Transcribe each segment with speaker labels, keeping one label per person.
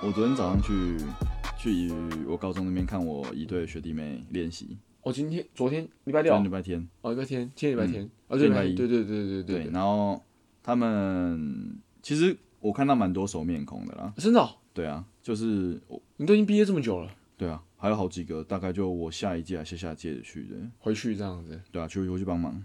Speaker 1: 昨天早上去去我高中那边看我一对学弟妹练习，
Speaker 2: 哦，今天、昨天、礼拜
Speaker 1: 昨
Speaker 2: 六
Speaker 1: 天，礼拜天，
Speaker 2: 哦，礼拜天，今天礼拜天，
Speaker 1: 嗯今
Speaker 2: 哦，对，
Speaker 1: 天
Speaker 2: 礼拜
Speaker 1: 礼拜一
Speaker 2: 对对对对对
Speaker 1: 然后他们其实我看到蛮多熟面孔的啦，
Speaker 2: 真的哦、
Speaker 1: 对啊，就是我
Speaker 2: 你都已经毕业这么久了，
Speaker 1: 对啊，还有好几个，大概就我下一届还是下下届的去的，
Speaker 2: 回去这样子。
Speaker 1: 对啊，去我去帮忙，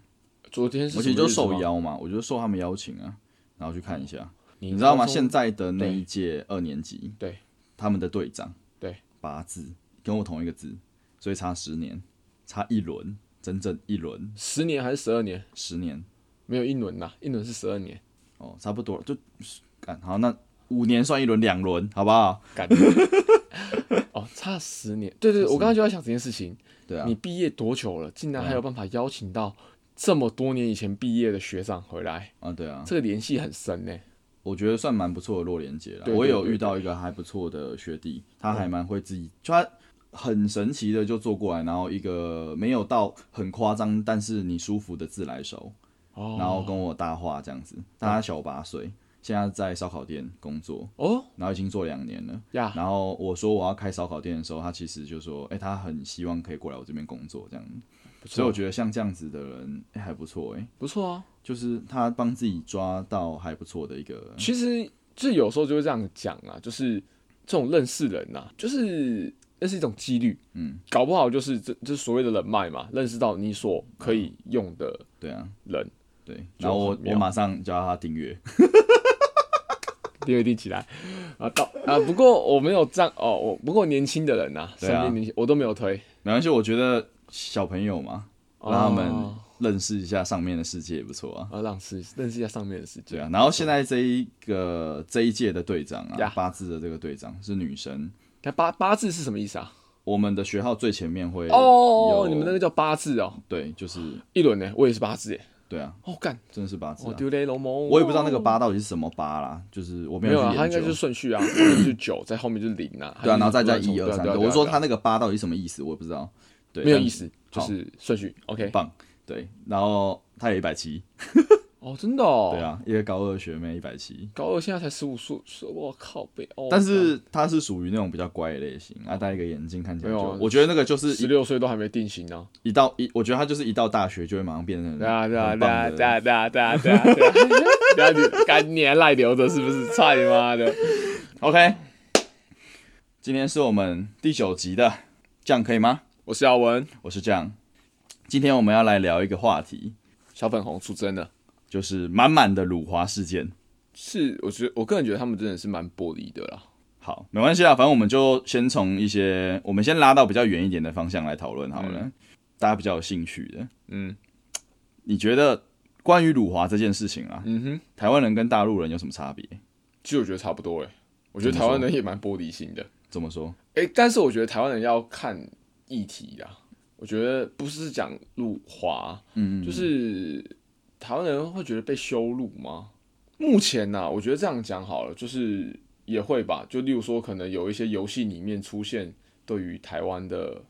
Speaker 2: 昨天是
Speaker 1: 我
Speaker 2: 什
Speaker 1: 其实
Speaker 2: 么
Speaker 1: 就
Speaker 2: 日子
Speaker 1: 受
Speaker 2: 吗，
Speaker 1: 邀嘛，我就受他们邀请啊，然后去看一下，
Speaker 2: 你
Speaker 1: 你知道吗？
Speaker 2: 高中
Speaker 1: 现在的那一届二年级，
Speaker 2: 对，
Speaker 1: 他们的队长，
Speaker 2: 对，
Speaker 1: 八字跟我同一个字，所以差十年，差一轮，整整一轮
Speaker 2: 十年还是十二年？
Speaker 1: 十年，
Speaker 2: 没有一轮呐，一轮是十二年。
Speaker 1: 哦，差不多就干好那五年算一轮，两轮好不好？
Speaker 2: 干哦，差十年。对对，对我刚刚就在想这件事情。
Speaker 1: 对啊嗯
Speaker 2: 你，毕业多久了？竟然还有办法邀请到这么多年以前毕业的学长回来，
Speaker 1: 啊对啊，
Speaker 2: 这个联系很深呢。
Speaker 1: 我觉得算蛮不错的弱连接了。
Speaker 2: 对对
Speaker 1: 我也有
Speaker 2: 对对哦
Speaker 1: 遇到一个还不错的学弟，他还蛮会自己，就他很神奇的就坐过来，然后一个没有到很夸张，但是你舒服的自来熟，
Speaker 2: 哦，
Speaker 1: 然后跟我搭话这样子。但他小我八岁，现在在烧烤店工作，
Speaker 2: 哦
Speaker 1: 然后已经做两年了。
Speaker 2: 呀，
Speaker 1: 然后我说我要开烧烤店的时候，他其实就说，哎、他很希望可以过来我这边工作这样。
Speaker 2: 不
Speaker 1: 所以我
Speaker 2: 错，
Speaker 1: 觉得像这样子的人、哎还不错哎、
Speaker 2: 不错啊。
Speaker 1: 就是他帮自己抓到还不错的一个，
Speaker 2: 其实就有时候就会这样讲啊，就是这种认识人呐、啊，就是那是一种几率，
Speaker 1: 嗯，
Speaker 2: 搞不好就是这这所谓的人脉嘛，认识到你所可以用的
Speaker 1: 对啊，
Speaker 2: 人，
Speaker 1: 对，
Speaker 2: 就
Speaker 1: 然后我
Speaker 2: 很妙
Speaker 1: 我马上叫他订阅，
Speaker 2: 第二定起来啊到啊，不过我没有这样哦，我不过年轻的人呐、
Speaker 1: 对
Speaker 2: 身
Speaker 1: 啊
Speaker 2: 边年轻我都没有推，
Speaker 1: 没关系，我觉得小朋友嘛，让他们
Speaker 2: 哦
Speaker 1: 认识一下上面的世界也不错啊。
Speaker 2: 啊让识认识一下上面的世界
Speaker 1: 对啊，然后现在这一个这一届的队长啊
Speaker 2: 呀，
Speaker 1: 八字的这个队长是女生，
Speaker 2: 那八八字是什么意思啊？
Speaker 1: 我们的学号最前面会
Speaker 2: 哦
Speaker 1: 有，
Speaker 2: 你们那个叫八字哦，
Speaker 1: 对，就是
Speaker 2: 一轮呢，我也是八字耶。
Speaker 1: 对啊，
Speaker 2: 哦干，
Speaker 1: 真的是八字
Speaker 2: 我
Speaker 1: 啊，
Speaker 2: 丢雷龙蒙，
Speaker 1: 我也不知道那个八到底是什么八啦，就是我没
Speaker 2: 没有
Speaker 1: 有
Speaker 2: 啊，
Speaker 1: 去
Speaker 2: 它
Speaker 1: 研
Speaker 2: 应该
Speaker 1: 究
Speaker 2: 就是。顺序啊， 后面就是九，在后面就是零啊，
Speaker 1: 对啊，然后再
Speaker 2: 它就是
Speaker 1: 加一
Speaker 2: 不
Speaker 1: 二
Speaker 2: 断
Speaker 1: 三
Speaker 2: 从对啊对啊
Speaker 1: 四，
Speaker 2: 对啊
Speaker 1: 我说
Speaker 2: 对啊
Speaker 1: 他那个八到底是什么意思，我也不知道。对，
Speaker 2: 没有
Speaker 1: 但
Speaker 2: 意思，就
Speaker 1: 好
Speaker 2: 是顺序，OK，
Speaker 1: 棒。对，然后他也一百七，
Speaker 2: 哦，真的哦，
Speaker 1: 对，啊，一个高二学妹一百七，
Speaker 2: 高二现在才十五岁，说我靠被哦，
Speaker 1: 但是他是属于那种比较乖的类型，啊，戴一个眼镜看起来就
Speaker 2: 没有啊，
Speaker 1: 我觉得那个就是
Speaker 2: 十
Speaker 1: 一
Speaker 2: 六岁都还没定型呢，
Speaker 1: 一到一，我觉得他就是一到大学就会马上变成
Speaker 2: 对啊对啊
Speaker 1: 嗯很
Speaker 2: 对
Speaker 1: 棒
Speaker 2: 啊
Speaker 1: 的
Speaker 2: 对啊对啊对啊对啊，对啊 对啊你干你还赖留着是不是？操你妈的！
Speaker 1: OK，今天是我们第九集的，这样可以吗？
Speaker 2: 我是耀文，
Speaker 1: 我是这样，今天我们要来聊一个话题，
Speaker 2: 小粉红出征了。
Speaker 1: 就是满满的辱华事件。
Speaker 2: 是，我觉得我个人觉得他们真的是蛮玻璃的啦。
Speaker 1: 好，没关系啊，反正我们就先从一些，我们先拉到比较远一点的方向来讨论好了，大家比较有兴趣的。
Speaker 2: 嗯
Speaker 1: 你觉得关于辱华这件事情啊，
Speaker 2: 嗯哼，
Speaker 1: 台湾人跟大陆人有什么差别？
Speaker 2: 其实我觉得差不多诶、欸我觉得
Speaker 1: 怎么
Speaker 2: 台湾
Speaker 1: 说
Speaker 2: 人也蛮玻璃心的。
Speaker 1: 怎么说？
Speaker 2: 诶、但是我觉得台湾人要看议题啦。我觉得不是讲辱华，
Speaker 1: 嗯，
Speaker 2: 就是台湾人会觉得被羞辱吗？目前呢、我觉得这样讲好了，就是也会吧。就例如说，可能有一些游戏里面出现对于台湾的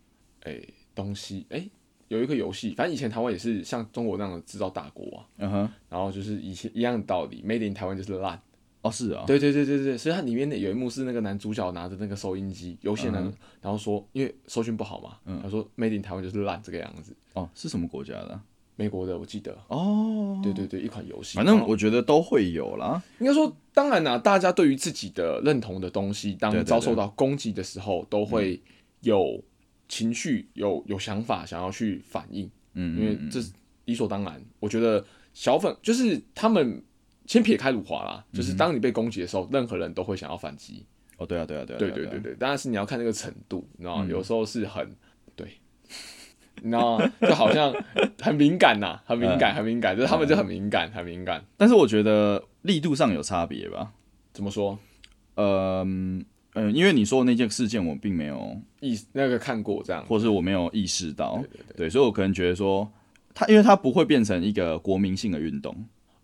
Speaker 2: 诶、东西，诶、有一个游戏，反正以前台湾也是像中国那样的制造大国啊，
Speaker 1: 嗯哼，
Speaker 2: 然后就是以前一样的道理，Made in 台湾就是烂。
Speaker 1: 哦是啊、
Speaker 2: 对对对对对，所以它里面的有一幕是那个男主角拿着那个收音机，有线男，
Speaker 1: 嗯
Speaker 2: 然后说因为收讯不好嘛，他说 Made in 台湾就是烂这个样子。
Speaker 1: 哦是什么国家的啊、
Speaker 2: 美国的我记得，
Speaker 1: 哦，
Speaker 2: 对对对，一款游戏。
Speaker 1: 反
Speaker 2: 然
Speaker 1: 正
Speaker 2: 后
Speaker 1: 我觉得都会有啦。
Speaker 2: 应该说，当然啦、啊大家对于自己的认同的东西，
Speaker 1: 对
Speaker 2: 当
Speaker 1: 对
Speaker 2: 遭受到攻击的时候，都会有情绪、有有想法，想要去反应。
Speaker 1: 嗯，
Speaker 2: 因为这是理所当然。我觉得小粉就是他们先撇开辱华啦，就是
Speaker 1: 嗯
Speaker 2: 当你被攻击的时候，任何人都会想要反击。
Speaker 1: 哦，对啊，对啊，对啊，嗯
Speaker 2: 对
Speaker 1: 啊
Speaker 2: 对
Speaker 1: 啊，
Speaker 2: 对对，当然是你要看那个程度，你知道吗？有时候是很对。 你知道吗？就 好像很敏感呐、很敏
Speaker 1: 嗯
Speaker 2: 感，很敏感，就是他们就很敏感，很敏感。
Speaker 1: 但是我觉得力度上有差别吧。
Speaker 2: 怎么说？
Speaker 1: 嗯嗯，因为你说的那件事件，我并没有，
Speaker 2: 意那个看过这样，
Speaker 1: 或是我没有意识到，对，所以我可能觉得说，它因为它不会变成一个国民性的运动，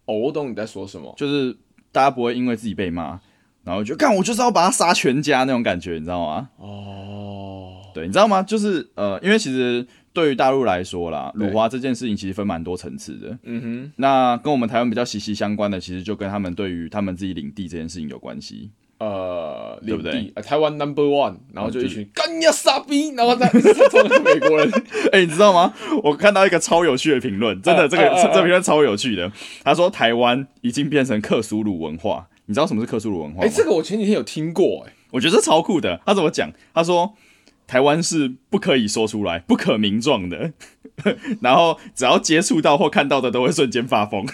Speaker 2: 哦，我懂你在说什么。
Speaker 1: 就是大家不会因为自己被骂，然后就干，我就是要把他杀全家那种感觉，你知道吗？
Speaker 2: 哦，
Speaker 1: 对，你知道吗？就是呃，因为其实对于大陆来说啦，
Speaker 2: 对
Speaker 1: 辱华这件事情其实分蛮多层次的。
Speaker 2: 嗯
Speaker 1: 那跟我们台湾比较息息相关的，其实就跟他们对于他们自己领地这件事情有关系。
Speaker 2: 哼，呃领
Speaker 1: 不
Speaker 2: 地，
Speaker 1: 对嗯
Speaker 2: 呃台湾 number one，然后就
Speaker 1: 就
Speaker 2: 一群干你啊傻逼，然 后在冲着美国 人，
Speaker 1: 哎、你知道吗？我看到一个超有趣的评论，真的，
Speaker 2: 呃
Speaker 1: 这个、
Speaker 2: 呃呃
Speaker 1: 这这评论超有趣的。他说台湾已经变成克苏鲁文化，你知道什么是克苏鲁文化
Speaker 2: 哎、
Speaker 1: 吗？
Speaker 2: 这个我前几天有听过、哎，
Speaker 1: 我觉得这超酷的。他怎么讲？他说台湾是不可以说出来、不可名状的， 然后只要接触到或看到的，都会瞬间发疯。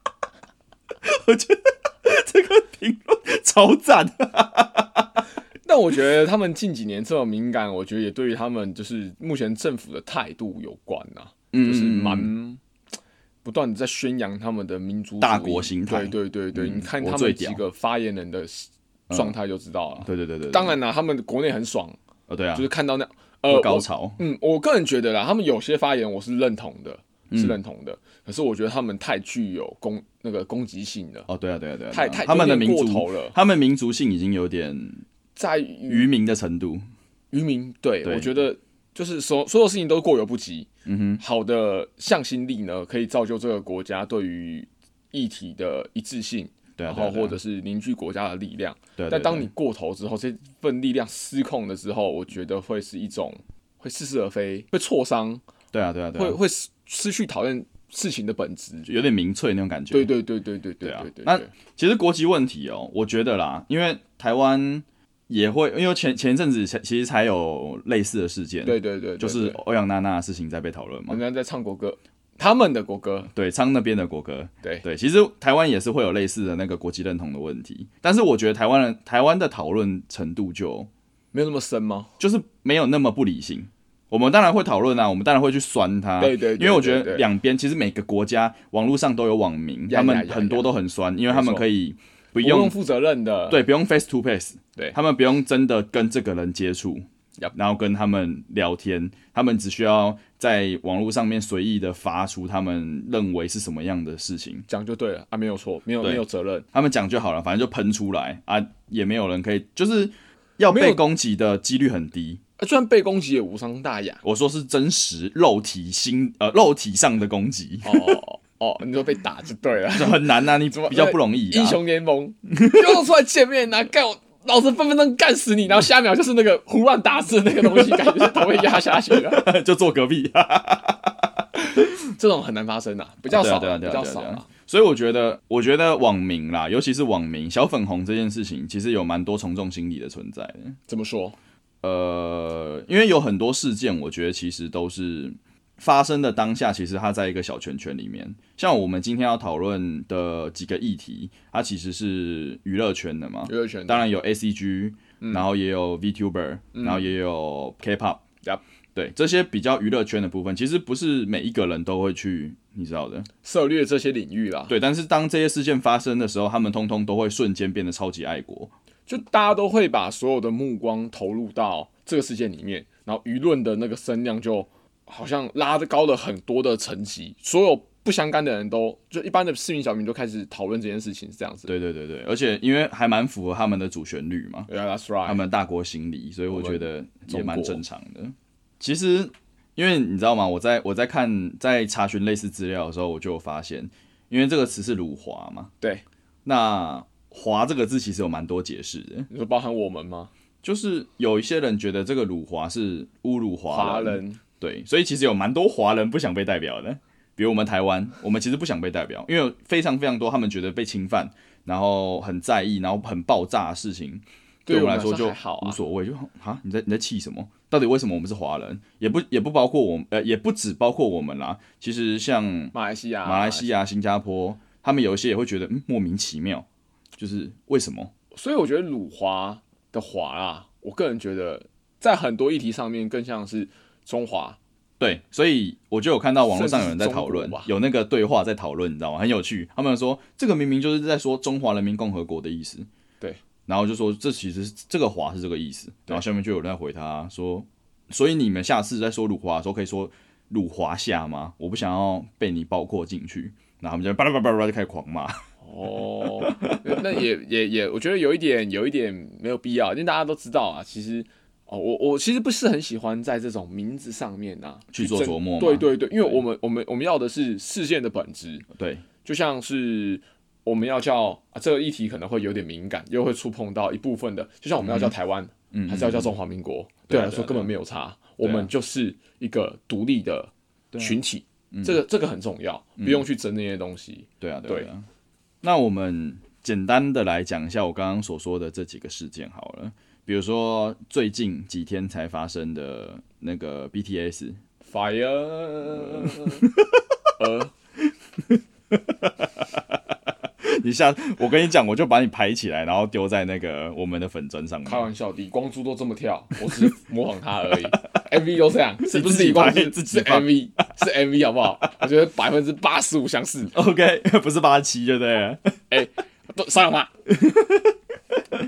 Speaker 1: 我觉得这个评论超赞。
Speaker 2: 但我觉得他们近几年这么敏感，我觉得也对于他们就是目前政府的态度有关呐、
Speaker 1: 嗯
Speaker 2: 就是蛮不断的在宣扬他们的民族主义
Speaker 1: 大国心态
Speaker 2: 对对对对，
Speaker 1: 嗯
Speaker 2: 你看
Speaker 1: 我
Speaker 2: 他
Speaker 1: 最
Speaker 2: 们
Speaker 1: 屌嗯
Speaker 2: 几个发言人的状态就知道了。
Speaker 1: 对对对对，对
Speaker 2: 当，然啦，他们国内很爽，
Speaker 1: 哦对啊，
Speaker 2: 就是看到那呃
Speaker 1: 有
Speaker 2: 我
Speaker 1: 高潮，
Speaker 2: 嗯，我个人觉得啦，他们有些发言我是认同的，
Speaker 1: 嗯
Speaker 2: 是认同的。可是我觉得他们太具有攻那个攻击性了，
Speaker 1: 哦对啊对啊对啊，
Speaker 2: 太
Speaker 1: 对啊
Speaker 2: 太
Speaker 1: 他们的民
Speaker 2: 有点过
Speaker 1: 族
Speaker 2: 头了嗯
Speaker 1: 他们民族性已经有点
Speaker 2: 在于
Speaker 1: 愚民的程度。
Speaker 2: 渔民，对
Speaker 1: 对
Speaker 2: 我觉得就是所所有事情都过犹不及。嗯哼，好的向心力呢，可以造就这个国家对于议题的一致性，
Speaker 1: 对啊，
Speaker 2: 然
Speaker 1: 对啊
Speaker 2: 后
Speaker 1: 对啊
Speaker 2: 或者是凝聚国家的力量。
Speaker 1: 对啊，对啊
Speaker 2: 但当
Speaker 1: 对
Speaker 2: 你过头之后，这份力量失控了之后，我觉得会是一种会似是而非，会挫伤，
Speaker 1: 啊对啊对啊
Speaker 2: 会
Speaker 1: 对啊，
Speaker 2: 会失失去讨论事情的本质。
Speaker 1: 就有点民粹那种感觉。
Speaker 2: 对对对对对对
Speaker 1: 对啊
Speaker 2: 对对。
Speaker 1: 那
Speaker 2: 对
Speaker 1: 其实国籍问题哦，我觉得啦，因为台湾也会，因为前前一阵子才其实才有类似的事件，
Speaker 2: 对对对，对
Speaker 1: 就是哦
Speaker 2: 对嗯
Speaker 1: 欧阳娜娜的事情在被讨论嘛
Speaker 2: 人。家在唱国歌，他们的国歌，
Speaker 1: 对，唱那边的国歌，
Speaker 2: 对
Speaker 1: 对，其实台湾也是会有类似的那个国籍认同的问题，但是我觉得台湾人台湾的讨论程度就
Speaker 2: 没有那么深吗？
Speaker 1: 就是没有那么不理性。我们当然会讨论啊，我们当然会去酸他，
Speaker 2: 对对
Speaker 1: 啊因
Speaker 2: 对
Speaker 1: 为我觉
Speaker 2: 对对
Speaker 1: 得两边其实每个国家网络上都有网民，
Speaker 2: 呀
Speaker 1: 他
Speaker 2: 呀
Speaker 1: 们
Speaker 2: 呀
Speaker 1: 很多
Speaker 2: 呀
Speaker 1: 都很酸，因为他
Speaker 2: 没
Speaker 1: 们
Speaker 2: 错
Speaker 1: 可以不
Speaker 2: 不
Speaker 1: 用
Speaker 2: 用负责任的，
Speaker 1: 对，不用 face to face，
Speaker 2: 对
Speaker 1: 他们不用真的跟这个人接触
Speaker 2: Yup
Speaker 1: 然后跟他们聊天，他们只需要在网络上面随意的发出他们认为是什么样的事情，
Speaker 2: 讲就对了啊，没有错，没有
Speaker 1: 对
Speaker 2: 没有责任，
Speaker 1: 他们讲就好了，反正就喷出来啊，也没有人可以，就是要
Speaker 2: 没
Speaker 1: 被
Speaker 2: 有
Speaker 1: 攻击的几率很低。
Speaker 2: 啊，虽然被攻击也无伤大 雅。
Speaker 1: 我说是真实肉体心呃肉体上的攻击，
Speaker 2: 哦哦，你说被打就对了，
Speaker 1: 这很难呐、啊，你
Speaker 2: 怎么
Speaker 1: 比较不容易、啊。
Speaker 2: 英雄联盟又出来见面呐、干我。老子分分钟干死你，然后下一秒就是那个胡乱打字的那个东西，感觉就头被压下去 了。
Speaker 1: 就坐隔 壁、啊，
Speaker 2: 这种很难发生啊，比较
Speaker 1: 对啊
Speaker 2: 少，
Speaker 1: 对啊
Speaker 2: 比
Speaker 1: 对啊
Speaker 2: 较
Speaker 1: 对啊
Speaker 2: 少
Speaker 1: 对啊
Speaker 2: 啊。
Speaker 1: 所以我觉得，我觉得网民啦，尤其是网民小粉红这件事情，其实有蛮多从众心理的存在的。
Speaker 2: 怎么说？
Speaker 1: 呃，因为有很多事件，我觉得其实都是发生的当下，其实它在一个小圈圈里面。像我们今天要讨论的几个议题，它其实是娱乐圈的嘛，
Speaker 2: 娱乐圈
Speaker 1: 当然有 A C G，然后也有 VTuber，、然后也有 K-pop。
Speaker 2: Yup
Speaker 1: 对这些比较娱乐圈的部分，其实不是每一个人都会去，你知道的。
Speaker 2: 涉略这些领域啦，
Speaker 1: 对，但是当这些事件发生的时候，他们通通都会瞬间变得超级爱国。
Speaker 2: 就大家都会把所有的目光投入到这个事件里面，然后舆论的那个声量就好像拉得高了很多的层级，所有不相干的人都就一般的市民小民都开始讨论这件事情，是这样子。
Speaker 1: 对对对对，而且因为还蛮符合他们的主旋律嘛，
Speaker 2: Yeah, that's
Speaker 1: 他
Speaker 2: right。
Speaker 1: 们大国心理，所以我觉得也蛮
Speaker 2: 中国
Speaker 1: 正常的。其实，因为你知道吗？我在我在看在查询类似资料的时候，我就有发现，因为这个词是辱华嘛，
Speaker 2: 对，
Speaker 1: 那“华”这个字其实有蛮多解释的，
Speaker 2: 你说包含我们吗？
Speaker 1: 就是有一些人觉得这个辱华是侮辱华
Speaker 2: 华
Speaker 1: 人，
Speaker 2: 人
Speaker 1: 对，所以其实有蛮多华人不想被代表的，比如我们台湾，我们其实不想被代表，因为有非常非常多他们觉得被侵犯，然后很在意，然后很爆炸的事情，
Speaker 2: 对
Speaker 1: 我们
Speaker 2: 我们
Speaker 1: 来说
Speaker 2: 来
Speaker 1: 就
Speaker 2: 说还好啊
Speaker 1: 无所谓，就啊你在你在气什么？到底为什么我们是华人？也不也不包括我们，呃，也不只包括我们啦。其实像
Speaker 2: 马来西亚、
Speaker 1: 马来西亚、新加坡，他们有一些也会觉得嗯莫名其妙，就是为什么？
Speaker 2: 所以我觉得辱华的华啊，我个人觉得在很多议题上面更像是中华。
Speaker 1: 对，所以我就有看到网络上有人在讨
Speaker 2: 甚
Speaker 1: 论
Speaker 2: 至是中国吧，
Speaker 1: 有那个对话在讨论，你知道吗？很有趣。他们说这个明明就是在说中华人民共和国的意思，
Speaker 2: 对。
Speaker 1: 然后就说这其实是这个“华”是这个意思，然后下面就有人在回他说，所以你们下次在说辱华的时候可以说辱华夏吗？我不想要被你包括进去。然后他们就巴拉巴拉巴拉就开始狂骂，
Speaker 2: 哦，那那也也也，我觉得有一点有一点没有必要，因为大家都知道啊，其实哦，我我其实不是很喜欢在这种名字上面啊
Speaker 1: 去做
Speaker 2: 争
Speaker 1: 琢磨嘛
Speaker 2: 对对对，因为我们我们我们要的是事件的本质，
Speaker 1: 对
Speaker 2: 就像是。我们要叫、啊、这个议题可能会有点敏感，又会触碰到一部分的，就像我们要叫台湾，
Speaker 1: 嗯，
Speaker 2: 还是要叫中华民国，
Speaker 1: 对
Speaker 2: 对
Speaker 1: 啊
Speaker 2: 来
Speaker 1: 对
Speaker 2: 说
Speaker 1: 啊
Speaker 2: 根本没有差，我
Speaker 1: 对啊
Speaker 2: 们就是一个独立的群
Speaker 1: 啊
Speaker 2: 体，
Speaker 1: 嗯
Speaker 2: 这个这个很重要，不用去争那些东西。
Speaker 1: 对啊，对啊。那我们简单的来讲一下我刚刚所说的这几个事件好了，比如说最近几天才发生的那个 BTS，
Speaker 2: Fire，
Speaker 1: 一下我跟你讲，我就把你排起来，然后丢在那个我们的粉砖上面
Speaker 2: 开。玩笑的，李光洙都这 么跳，我只是模仿他而已。MV 都这样，是不
Speaker 1: 自
Speaker 2: 是
Speaker 1: 己
Speaker 2: 李光
Speaker 1: 拍
Speaker 2: 洙？
Speaker 1: 自己
Speaker 2: 是
Speaker 1: 放
Speaker 2: MV，是 MV 好不好？我觉得百分之八十五相似。
Speaker 1: OK，不 是八七，对不对了？
Speaker 2: 都杀了他！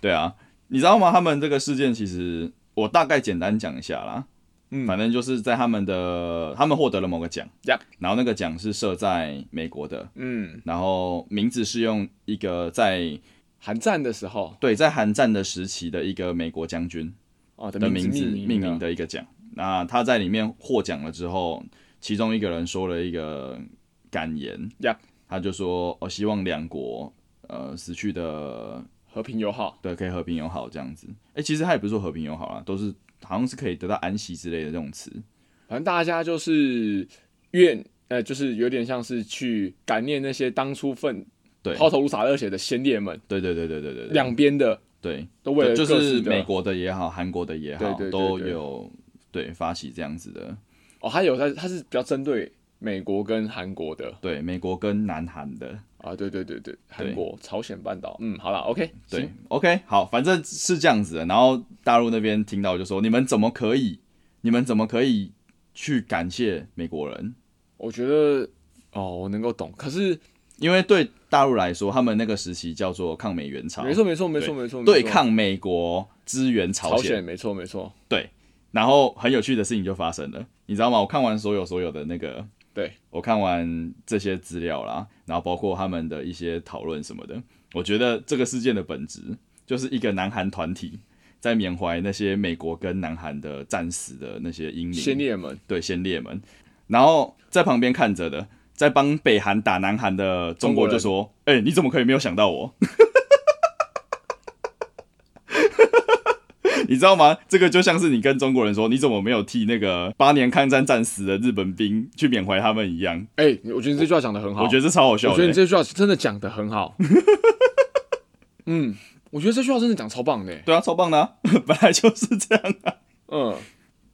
Speaker 1: 对啊，你知道吗？他们这个事件其实我大概简单讲一下啦。
Speaker 2: 嗯
Speaker 1: 反正就是在他们的，他们获得了某个奖
Speaker 2: Yep
Speaker 1: 然后那个奖是设在美国的，
Speaker 2: 嗯，
Speaker 1: 然后名字是用一个在
Speaker 2: 韩战的时候
Speaker 1: 对在韩战的时期的一个美国将军
Speaker 2: 啊
Speaker 1: 的名字
Speaker 2: 字
Speaker 1: 命名
Speaker 2: 的，
Speaker 1: 的一个奖。那他在里面获奖了之后，其中一个人说了一个感言
Speaker 2: Yep
Speaker 1: 他就说：“哦，希望两国呃死去的
Speaker 2: 和平友好。
Speaker 1: 对，可以和平友好这样子。哎、其实他也不是说和平友好啦，都是好像是可以得到安息之类的这种词。
Speaker 2: 反正大家就是愿，呃，就是有点像是去感念那些当初奋
Speaker 1: 对
Speaker 2: 抛头颅洒热血的先烈们，
Speaker 1: 对对对对对对对，
Speaker 2: 两边的
Speaker 1: 对，
Speaker 2: 都为了
Speaker 1: 就
Speaker 2: 各
Speaker 1: 是
Speaker 2: 自的
Speaker 1: 美国的也好，韩国的也好，
Speaker 2: 对对对
Speaker 1: 都
Speaker 2: 对
Speaker 1: 有对发起这样子的，
Speaker 2: 哦，还有他他是比较针对美国跟韩国的
Speaker 1: 对美国跟南韩的，
Speaker 2: 啊，对对对对，韩国朝鲜半岛，嗯，好了，OK，
Speaker 1: 对
Speaker 2: 行，
Speaker 1: ，OK，好，反正是这样子的。然后大陆那边听到就说：你们怎么可以？你们怎么可以去感谢美国人？
Speaker 2: 我觉得哦，我能够懂，可是
Speaker 1: 因为对大陆来说，他们那个时期叫做抗美援朝，
Speaker 2: 没错没错没错没错，没错
Speaker 1: 对抗美国支援朝
Speaker 2: 朝
Speaker 1: 鲜。
Speaker 2: 鲜，没错没错，
Speaker 1: 然后很有趣的事情就发生了，你知道吗？我看完所有所有的那个，
Speaker 2: 对
Speaker 1: 我看完这些资料啦，然后包括他们的一些讨论什么的，我觉得这个事件的本质就是一个南韩团体在缅怀那些美国跟南韩的战死的那些英
Speaker 2: 先
Speaker 1: 灵，
Speaker 2: 烈们，
Speaker 1: 对先烈们，然后在旁边看着的，在帮北韩打南韩的中国就说：“哎、你怎么可以没有想到我？” 你知道吗？这个就像是你跟中国人说：“你怎么没有替那个八年抗战战死的日本兵去缅怀他们一样
Speaker 2: 哎，你我觉得你这句话讲的很？”好，
Speaker 1: 我觉得这超好笑
Speaker 2: 我觉
Speaker 1: 的、
Speaker 2: 得你这句话真的讲的很好。 嗯，我觉得这句话真的讲超棒的欸。
Speaker 1: 对啊，超棒的、啊， 本来就是这样啊。
Speaker 2: 嗯，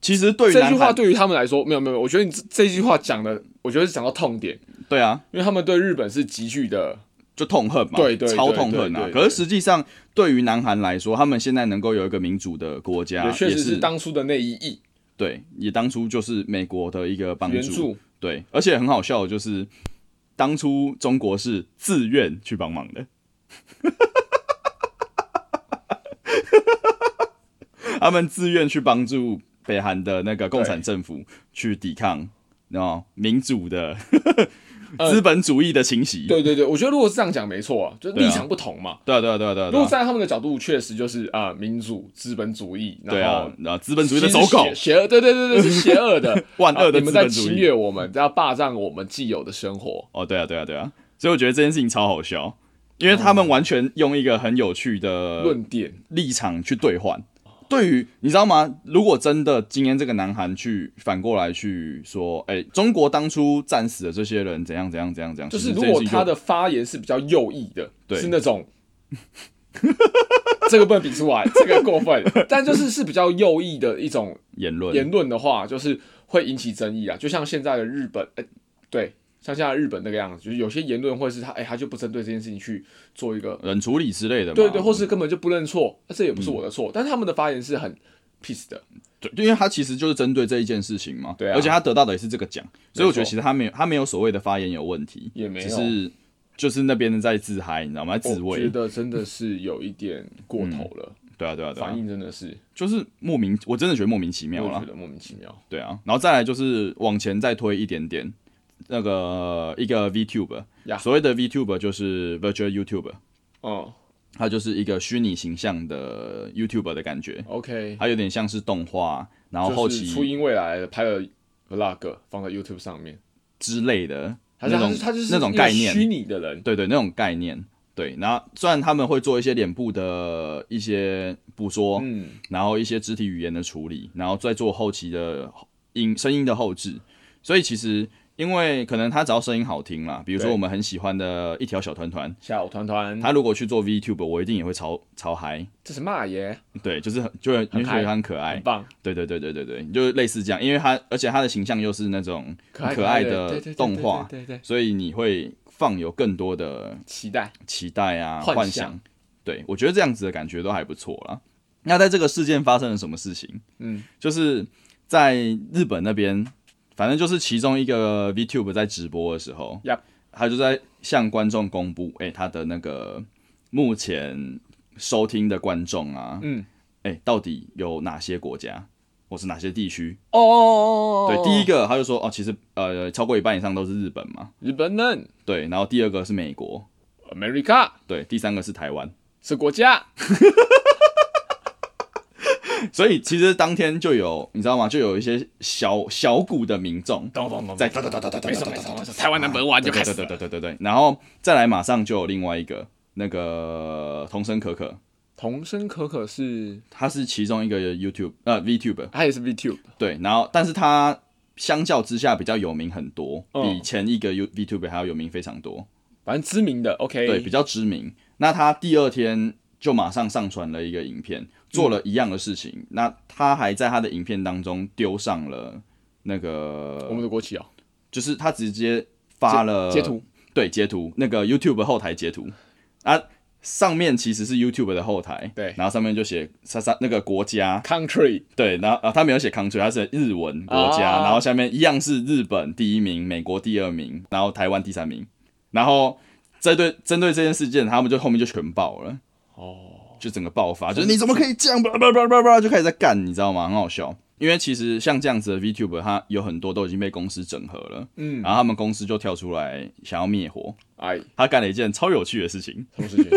Speaker 1: 其实对于
Speaker 2: 这句
Speaker 1: 南
Speaker 2: 话
Speaker 1: 韩，
Speaker 2: 对于他们来说，没有没有，我觉得你这这句话讲的，我觉得是讲到痛点，
Speaker 1: 对啊，
Speaker 2: 因为他们对日本是急剧的，
Speaker 1: 就痛恨嘛，
Speaker 2: 对对对
Speaker 1: 超痛恨啊
Speaker 2: 对。对对
Speaker 1: 可是实际上，对于南韩来说，他们现在能够有一个民主的国家，
Speaker 2: 也确实
Speaker 1: 啊也
Speaker 2: 是
Speaker 1: 是
Speaker 2: 当初的那一役
Speaker 1: 对，也当初就是美国的一个帮
Speaker 2: 援
Speaker 1: 助。
Speaker 2: 助。
Speaker 1: 对，而且很好笑的就是，当初中国是自愿去帮忙的。 他们自愿去帮助北韩的那个共产政府去抵抗，那民主的
Speaker 2: 呃
Speaker 1: 资本主义的侵袭。
Speaker 2: 对对对，我觉得如果是这样讲没错啊，就是
Speaker 1: 对啊
Speaker 2: 立场不同嘛。
Speaker 1: 对啊对啊对啊对啊
Speaker 2: 如
Speaker 1: 对
Speaker 2: 果
Speaker 1: 啊！
Speaker 2: 站在他们的角度，确实就是啊、民主、资本主义，
Speaker 1: 对
Speaker 2: 然后
Speaker 1: 啊，然后资本主义的走狗
Speaker 2: 其实是，邪邪恶，对对对对，是邪恶的，
Speaker 1: 万恶的
Speaker 2: 啊你
Speaker 1: 资
Speaker 2: 们在
Speaker 1: 本主
Speaker 2: 侵
Speaker 1: 义。
Speaker 2: 略我们，在霸占我们既有的生活。
Speaker 1: 哦，对啊对啊对啊！所以我觉得这件事情超好笑，因为他们完全用一个很有趣的
Speaker 2: 论点，
Speaker 1: 立场去兑换。对于你知道吗？如果真的今天这个南韩去反过来去说，哎、中国当初战死的这些人怎样怎样怎样怎样，
Speaker 2: 就
Speaker 1: 其
Speaker 2: 是
Speaker 1: 实
Speaker 2: 如
Speaker 1: 这件
Speaker 2: 果
Speaker 1: 事情
Speaker 2: 他的发言是比较右翼的，
Speaker 1: 对
Speaker 2: 是那种， 这个不能比出来， 这个过分，但就是是比较右翼的一种
Speaker 1: 言论，
Speaker 2: 言论的话，就是会引起争议啊。就像现在的日本，哎，对，像现在日本那个样子，就是有些言论会是他，哎、他就不针对这件事情去做一个，
Speaker 1: 人处理之类的嘛，
Speaker 2: 对对，或是根本就不认错，那这也不是我的
Speaker 1: 嗯
Speaker 2: 错，但是他们的发言是很 peace 的，
Speaker 1: 对，因为他其实就是针对这一件事情嘛，
Speaker 2: 对啊
Speaker 1: 而且他得到的也是这个奖，所以我觉得其实他没有他没有所谓的发言有问题，
Speaker 2: 也没有
Speaker 1: 只是就是那边人在自嗨，你知道吗？在自
Speaker 2: 我觉
Speaker 1: 慰，
Speaker 2: 得真的是有一点过头了，
Speaker 1: 对啊对啊对
Speaker 2: 反
Speaker 1: 啊，
Speaker 2: 应真的是，
Speaker 1: 就是莫名，我真的觉得莫名其妙
Speaker 2: 我也
Speaker 1: 啦
Speaker 2: 觉。得莫名其妙。
Speaker 1: 对啊，然后再来就是往前再推一点点，那个一个 VTuber，、
Speaker 2: 呀
Speaker 1: 所谓的 VTuber 就是 Virtual YouTuber，
Speaker 2: 嗯
Speaker 1: 它就是一个虚拟形象的 YouTuber 的感觉，
Speaker 2: ，OK，
Speaker 1: 它有点像是动画，然后后
Speaker 2: 就是初
Speaker 1: 期
Speaker 2: 音未来的拍了 vlog 放在 YouTube 上面，
Speaker 1: 之类的，
Speaker 2: 还是
Speaker 1: 那
Speaker 2: 他
Speaker 1: 种
Speaker 2: 是他就是
Speaker 1: 那种概念
Speaker 2: 一个虚拟的人，
Speaker 1: 对对，那种概念。对，然后虽然他们会做一些脸部的一些捕捉，
Speaker 2: 嗯，
Speaker 1: 然后一些肢体语言的处理，然后再做后期的音声音的后置。所以其实因为可能他只要声音好听啦，比如说
Speaker 2: 对
Speaker 1: 我们很喜欢的一条小团团，
Speaker 2: 下午团团，
Speaker 1: 他如果去做 VTube，我一定也会超超嗨。
Speaker 2: 这是骂爷，
Speaker 1: 对，就是很就会你会觉得他很可爱
Speaker 2: 很，棒，
Speaker 1: 对对对对对对，就类似这样，因为他而且他的形象又是那种
Speaker 2: 可爱
Speaker 1: 可
Speaker 2: 爱
Speaker 1: 爱
Speaker 2: 的
Speaker 1: 的
Speaker 2: 对对对
Speaker 1: 动画，
Speaker 2: 对对对对，
Speaker 1: 所以你会放有更多的
Speaker 2: 期待，
Speaker 1: 期待啊、
Speaker 2: 幻
Speaker 1: 幻
Speaker 2: 想
Speaker 1: 对我觉得这样子的感觉都还不错啦。那在这个事件发生了什么事情？
Speaker 2: 嗯，
Speaker 1: 就是在日本那边，反正就是其中一个 VTube 在直播的时候
Speaker 2: Yup
Speaker 1: 他就在向观众公布，哎、他的那个目前收听的观众啊，
Speaker 2: 嗯，
Speaker 1: 哎、到底有哪些国家或是哪些地区？
Speaker 2: 哦哦哦，
Speaker 1: 对，第一
Speaker 2: 个
Speaker 1: 个他就说，哦，其实呃，超过一半以上都是日本嘛，
Speaker 2: 日本人
Speaker 1: 对，然后第二个是美国，
Speaker 2: ，America
Speaker 1: 对，第三个是台湾。
Speaker 2: 是国家，
Speaker 1: 所以其实当天就有，你知道吗？就有一些小小股的民众
Speaker 2: 懂懂懂，
Speaker 1: 在
Speaker 2: 没错没错没错没错，台湾 number one 就开始
Speaker 1: 对对
Speaker 2: 了，
Speaker 1: 对对对对，然后再来马上就有另外一个那个童声可可，
Speaker 2: 童声可可是，
Speaker 1: 他是其中一个 YouTube 呃 VTuber
Speaker 2: 他也是 VTube，
Speaker 1: 对，然后但是他相较之下比较有名很多，
Speaker 2: 嗯
Speaker 1: 比前一个 U VTuber 还要有名非常多，
Speaker 2: 反正知名的，OK，
Speaker 1: 对，比较知名。那他第二天就马上上传了一个影片，做
Speaker 2: 嗯
Speaker 1: 了一样的事情。那他还在他的影片当中丢上了那个
Speaker 2: 我们的国旗哦，
Speaker 1: 就是他直接发了
Speaker 2: 截图，
Speaker 1: 对截图那个 YouTube 后台截图啊，上面其实是 YouTube 的后台，
Speaker 2: 对
Speaker 1: 然后上面就写他他那个国家，
Speaker 2: country
Speaker 1: 对，然后啊他没有写 country，他是日文国家，
Speaker 2: 啊
Speaker 1: 然后下面一样是日本第一名，美国第二名，然后台湾第三名，然后这对针对这件事件，他们就后面就全爆了，
Speaker 2: 哦，
Speaker 1: 就整个爆发，就是你怎么可以这样，叭叭叭叭叭，就开始在干，你知道吗？很好笑。因为其实像这样子的 VTuber，它有很多都已经被公司整合了，
Speaker 2: 嗯，
Speaker 1: 然后他们公司就跳出来想要灭火，
Speaker 2: 哎，
Speaker 1: 他干了一件超有趣的事情，
Speaker 2: 什么事情？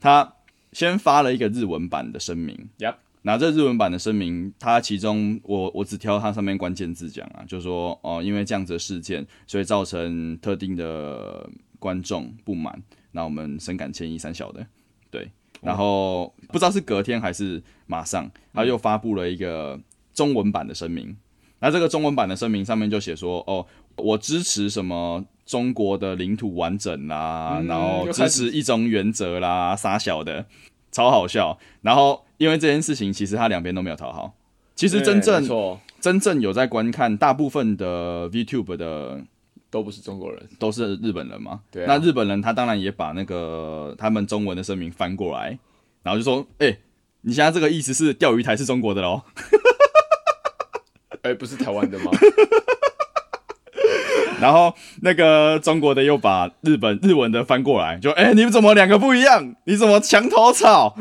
Speaker 1: 他先发了一个日文版的声明。
Speaker 2: Yep
Speaker 1: 那这日文版的声明，它其中我我只挑它上面关键字讲啊，就说哦、因为这样子的事件，所以造成特定的观众不满，那我们深感歉意三小的，对。
Speaker 2: 哦
Speaker 1: 然后不知道是隔天还是马上，他又发布了一个中文版的声明。那这个中文版的声明上面就写说，哦，我支持什么中国的领土完整啦，
Speaker 2: 嗯
Speaker 1: 然后
Speaker 2: 又开
Speaker 1: 支
Speaker 2: 始
Speaker 1: 持一中原则啦，傻小的，超好笑。然后因为这件事情，其实他两边都没有讨好。其
Speaker 2: 其
Speaker 1: 实真正、
Speaker 2: 错
Speaker 1: 真正有在观看，大部分的 VTube 的
Speaker 2: 都不是中国人，
Speaker 1: 都是日本人嘛。
Speaker 2: 对啊
Speaker 1: 那日本人他当然也把那个他们中文的声明翻过来，然后就说：“哎、你现在这个意思是钓鱼台是中国的喽
Speaker 2: 哎，不是台湾的吗？？”
Speaker 1: 然后那个中国的又把日本日文的翻过来，就：“哎、你们怎么两个不一样？你怎么墙头草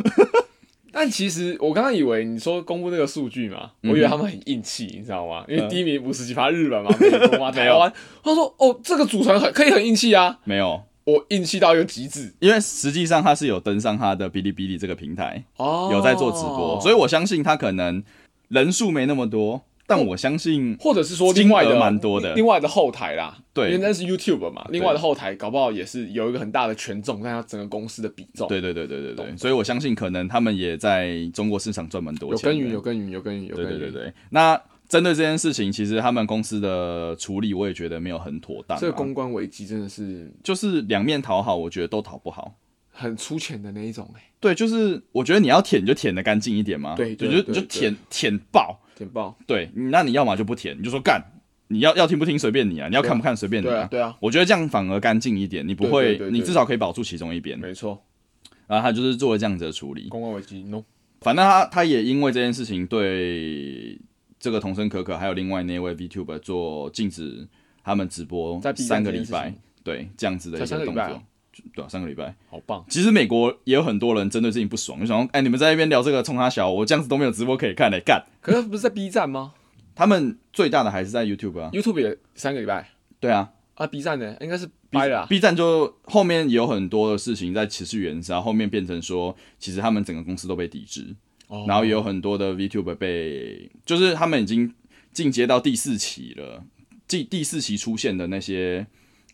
Speaker 2: 但其实我刚刚以为你说公布那个数据嘛，
Speaker 1: 嗯
Speaker 2: 我以为他们很硬气，你知道吗？因为第一名五十几趴日本嘛，美 国嘛，台湾。他说哦，这个组成很可以很硬气啊，？”
Speaker 1: 没有，
Speaker 2: 我硬气到一个极致
Speaker 1: 因为实际上他是有登上他的哔哩哔哩这个平台，
Speaker 2: 哦，
Speaker 1: 有在做直播，所以我相信他可能人数没那么多，
Speaker 2: 哦
Speaker 1: 但我相信
Speaker 2: 或者是说另外
Speaker 1: 金
Speaker 2: 的
Speaker 1: 额蛮多的
Speaker 2: 另外的后台啦，
Speaker 1: 对
Speaker 2: 因为那是 YouTube 嘛，另外的后台搞不好也是有一个很大的权重，但它整个公司的比重，
Speaker 1: 对对对对对对，
Speaker 2: 懂
Speaker 1: 所以我相信可能他们也在中国市场赚蛮多
Speaker 2: 有
Speaker 1: 钱的。
Speaker 2: 耕耘，有耕耘，有耕耘，有耕
Speaker 1: 对对
Speaker 2: 耘，
Speaker 1: 对对。那针对这件事情，其实他们公司的处理，我也觉得没有很妥当、啊。
Speaker 2: 这个公关危机真的是
Speaker 1: 就是两面讨好，我觉得都讨不好。
Speaker 2: 很粗浅的那一种、哎，
Speaker 1: 对，就是我觉得你要舔就舔的干净一点嘛，
Speaker 2: 对对
Speaker 1: 你就你
Speaker 2: 对
Speaker 1: 就
Speaker 2: 对
Speaker 1: 舔舔爆。
Speaker 2: 简报。
Speaker 1: 对，那你要么就不舔，你就说干，你要要听不听随便你啊，你要看不看随便你
Speaker 2: 对啊，对啊，
Speaker 1: 我觉得这样反而干净一点，你不
Speaker 2: 对
Speaker 1: 会，
Speaker 2: 对对对
Speaker 1: 你至少可以保住其中一边。
Speaker 2: 没错，
Speaker 1: 然后他就是做了这样子的处理，
Speaker 2: 公关危机 no。
Speaker 1: 反正他他也因为这件事情对这个童声可可还有另外那位 VTuber 做禁止他们直播
Speaker 2: 在 B 站
Speaker 1: 三个礼
Speaker 2: 这件事
Speaker 1: 拜
Speaker 2: 情，
Speaker 1: 对这样子的一
Speaker 2: 才三
Speaker 1: 个
Speaker 2: 个
Speaker 1: 动
Speaker 2: 礼拜啊
Speaker 1: 作，就对、啊，三个礼拜。
Speaker 2: 好棒！
Speaker 1: 其实美国也有很多人针对这情不爽，就想说，哎，你们在那边聊这个冲他小，我这样子都没有直播可以看嘞、哎干！
Speaker 2: 可是不是在 B 站吗
Speaker 1: 他们最大的还是在 YouTube 啊，
Speaker 2: ？YouTube 也三个礼拜
Speaker 1: 对啊
Speaker 2: 啊，B 站呢应该是
Speaker 1: ，B
Speaker 2: 掰了啊、
Speaker 1: B 站就后面有很多的事情在持续延烧，后面变成说，其实他们整个公司都被抵制。
Speaker 2: 哦
Speaker 1: 然后也有很多的 VTuber 被，就是他们已经进阶到第四期了，第第四期出现的那些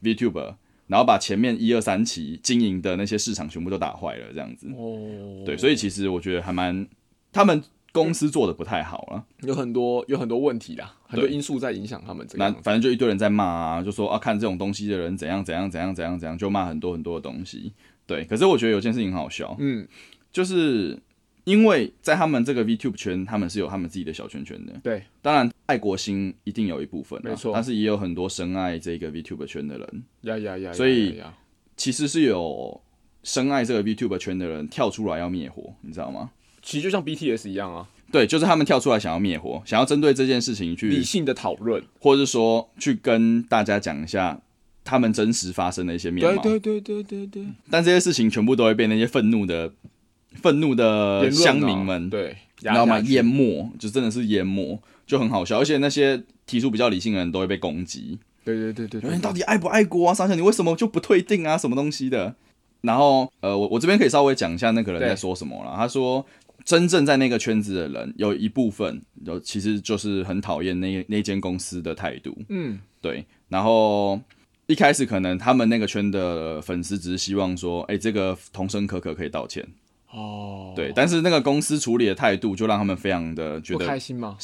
Speaker 1: VTuber，然后把前面一二三期经营的那些市场全部都打坏了，这样子。
Speaker 2: 哦，
Speaker 1: 对，所以其实我觉得还蛮，他们公司做的不太好了。
Speaker 2: 有很多有很多问题啦，很多
Speaker 1: 对
Speaker 2: 因素在影响他们这个
Speaker 1: 那
Speaker 2: 样子。
Speaker 1: 反正就一堆人在骂啊，就说啊，看这种东西的人怎样怎样怎样怎样怎样，就骂很多很多的东西。对，可是我觉得有件事情很好笑，
Speaker 2: 嗯，
Speaker 1: 就是因为在他们这个 VTube 圈，他们是有他们自己的小圈圈的。
Speaker 2: 对，
Speaker 1: 当然，爱国心一定有一部分啊，
Speaker 2: 没错
Speaker 1: 但是也有很多深爱这个 VTube 圈的人，
Speaker 2: 呀呀呀，
Speaker 1: 所以
Speaker 2: 呀呀呀
Speaker 1: 其实是有深爱这个 VTube 圈的人跳出来要灭火，你知道吗？
Speaker 2: 其实就像 BTS 一样啊，
Speaker 1: 对，就是他们跳出来想要灭火，想要针对这件事情去
Speaker 2: 理性的讨论。
Speaker 1: 或者是说去跟大家讲一下他们真实发生的一些面
Speaker 2: 对
Speaker 1: 貌。
Speaker 2: 对对对对对，
Speaker 1: 但这些事情全部都会被那些愤怒的、愤怒的
Speaker 2: 言论啊
Speaker 1: 呃乡民们，
Speaker 2: 对，
Speaker 1: 你知道吗？
Speaker 2: 压下去
Speaker 1: 淹没，就真的是淹没，就很好笑。而且那些提出比较理性的人都会被攻击，
Speaker 2: 对对对对
Speaker 1: 你
Speaker 2: 对，
Speaker 1: 到底爱不爱国啊？沙夏，你为什么就不退订啊？什么东西的？然后，呃，我我这边可以稍微讲一下那个人
Speaker 2: 对
Speaker 1: 在说什么了。他说，真正在那个圈子的人，有一部分有其实就是很讨厌那那间公司的态度。
Speaker 2: 嗯，
Speaker 1: 对，然后一开始可能他们那个圈的粉丝只是希望说，哎、这个童声可可可以道歉，
Speaker 2: 哦，
Speaker 1: 对，，但是那个公司处理的态度就让他们非常的觉
Speaker 2: 不开
Speaker 1: 得
Speaker 2: 心吗？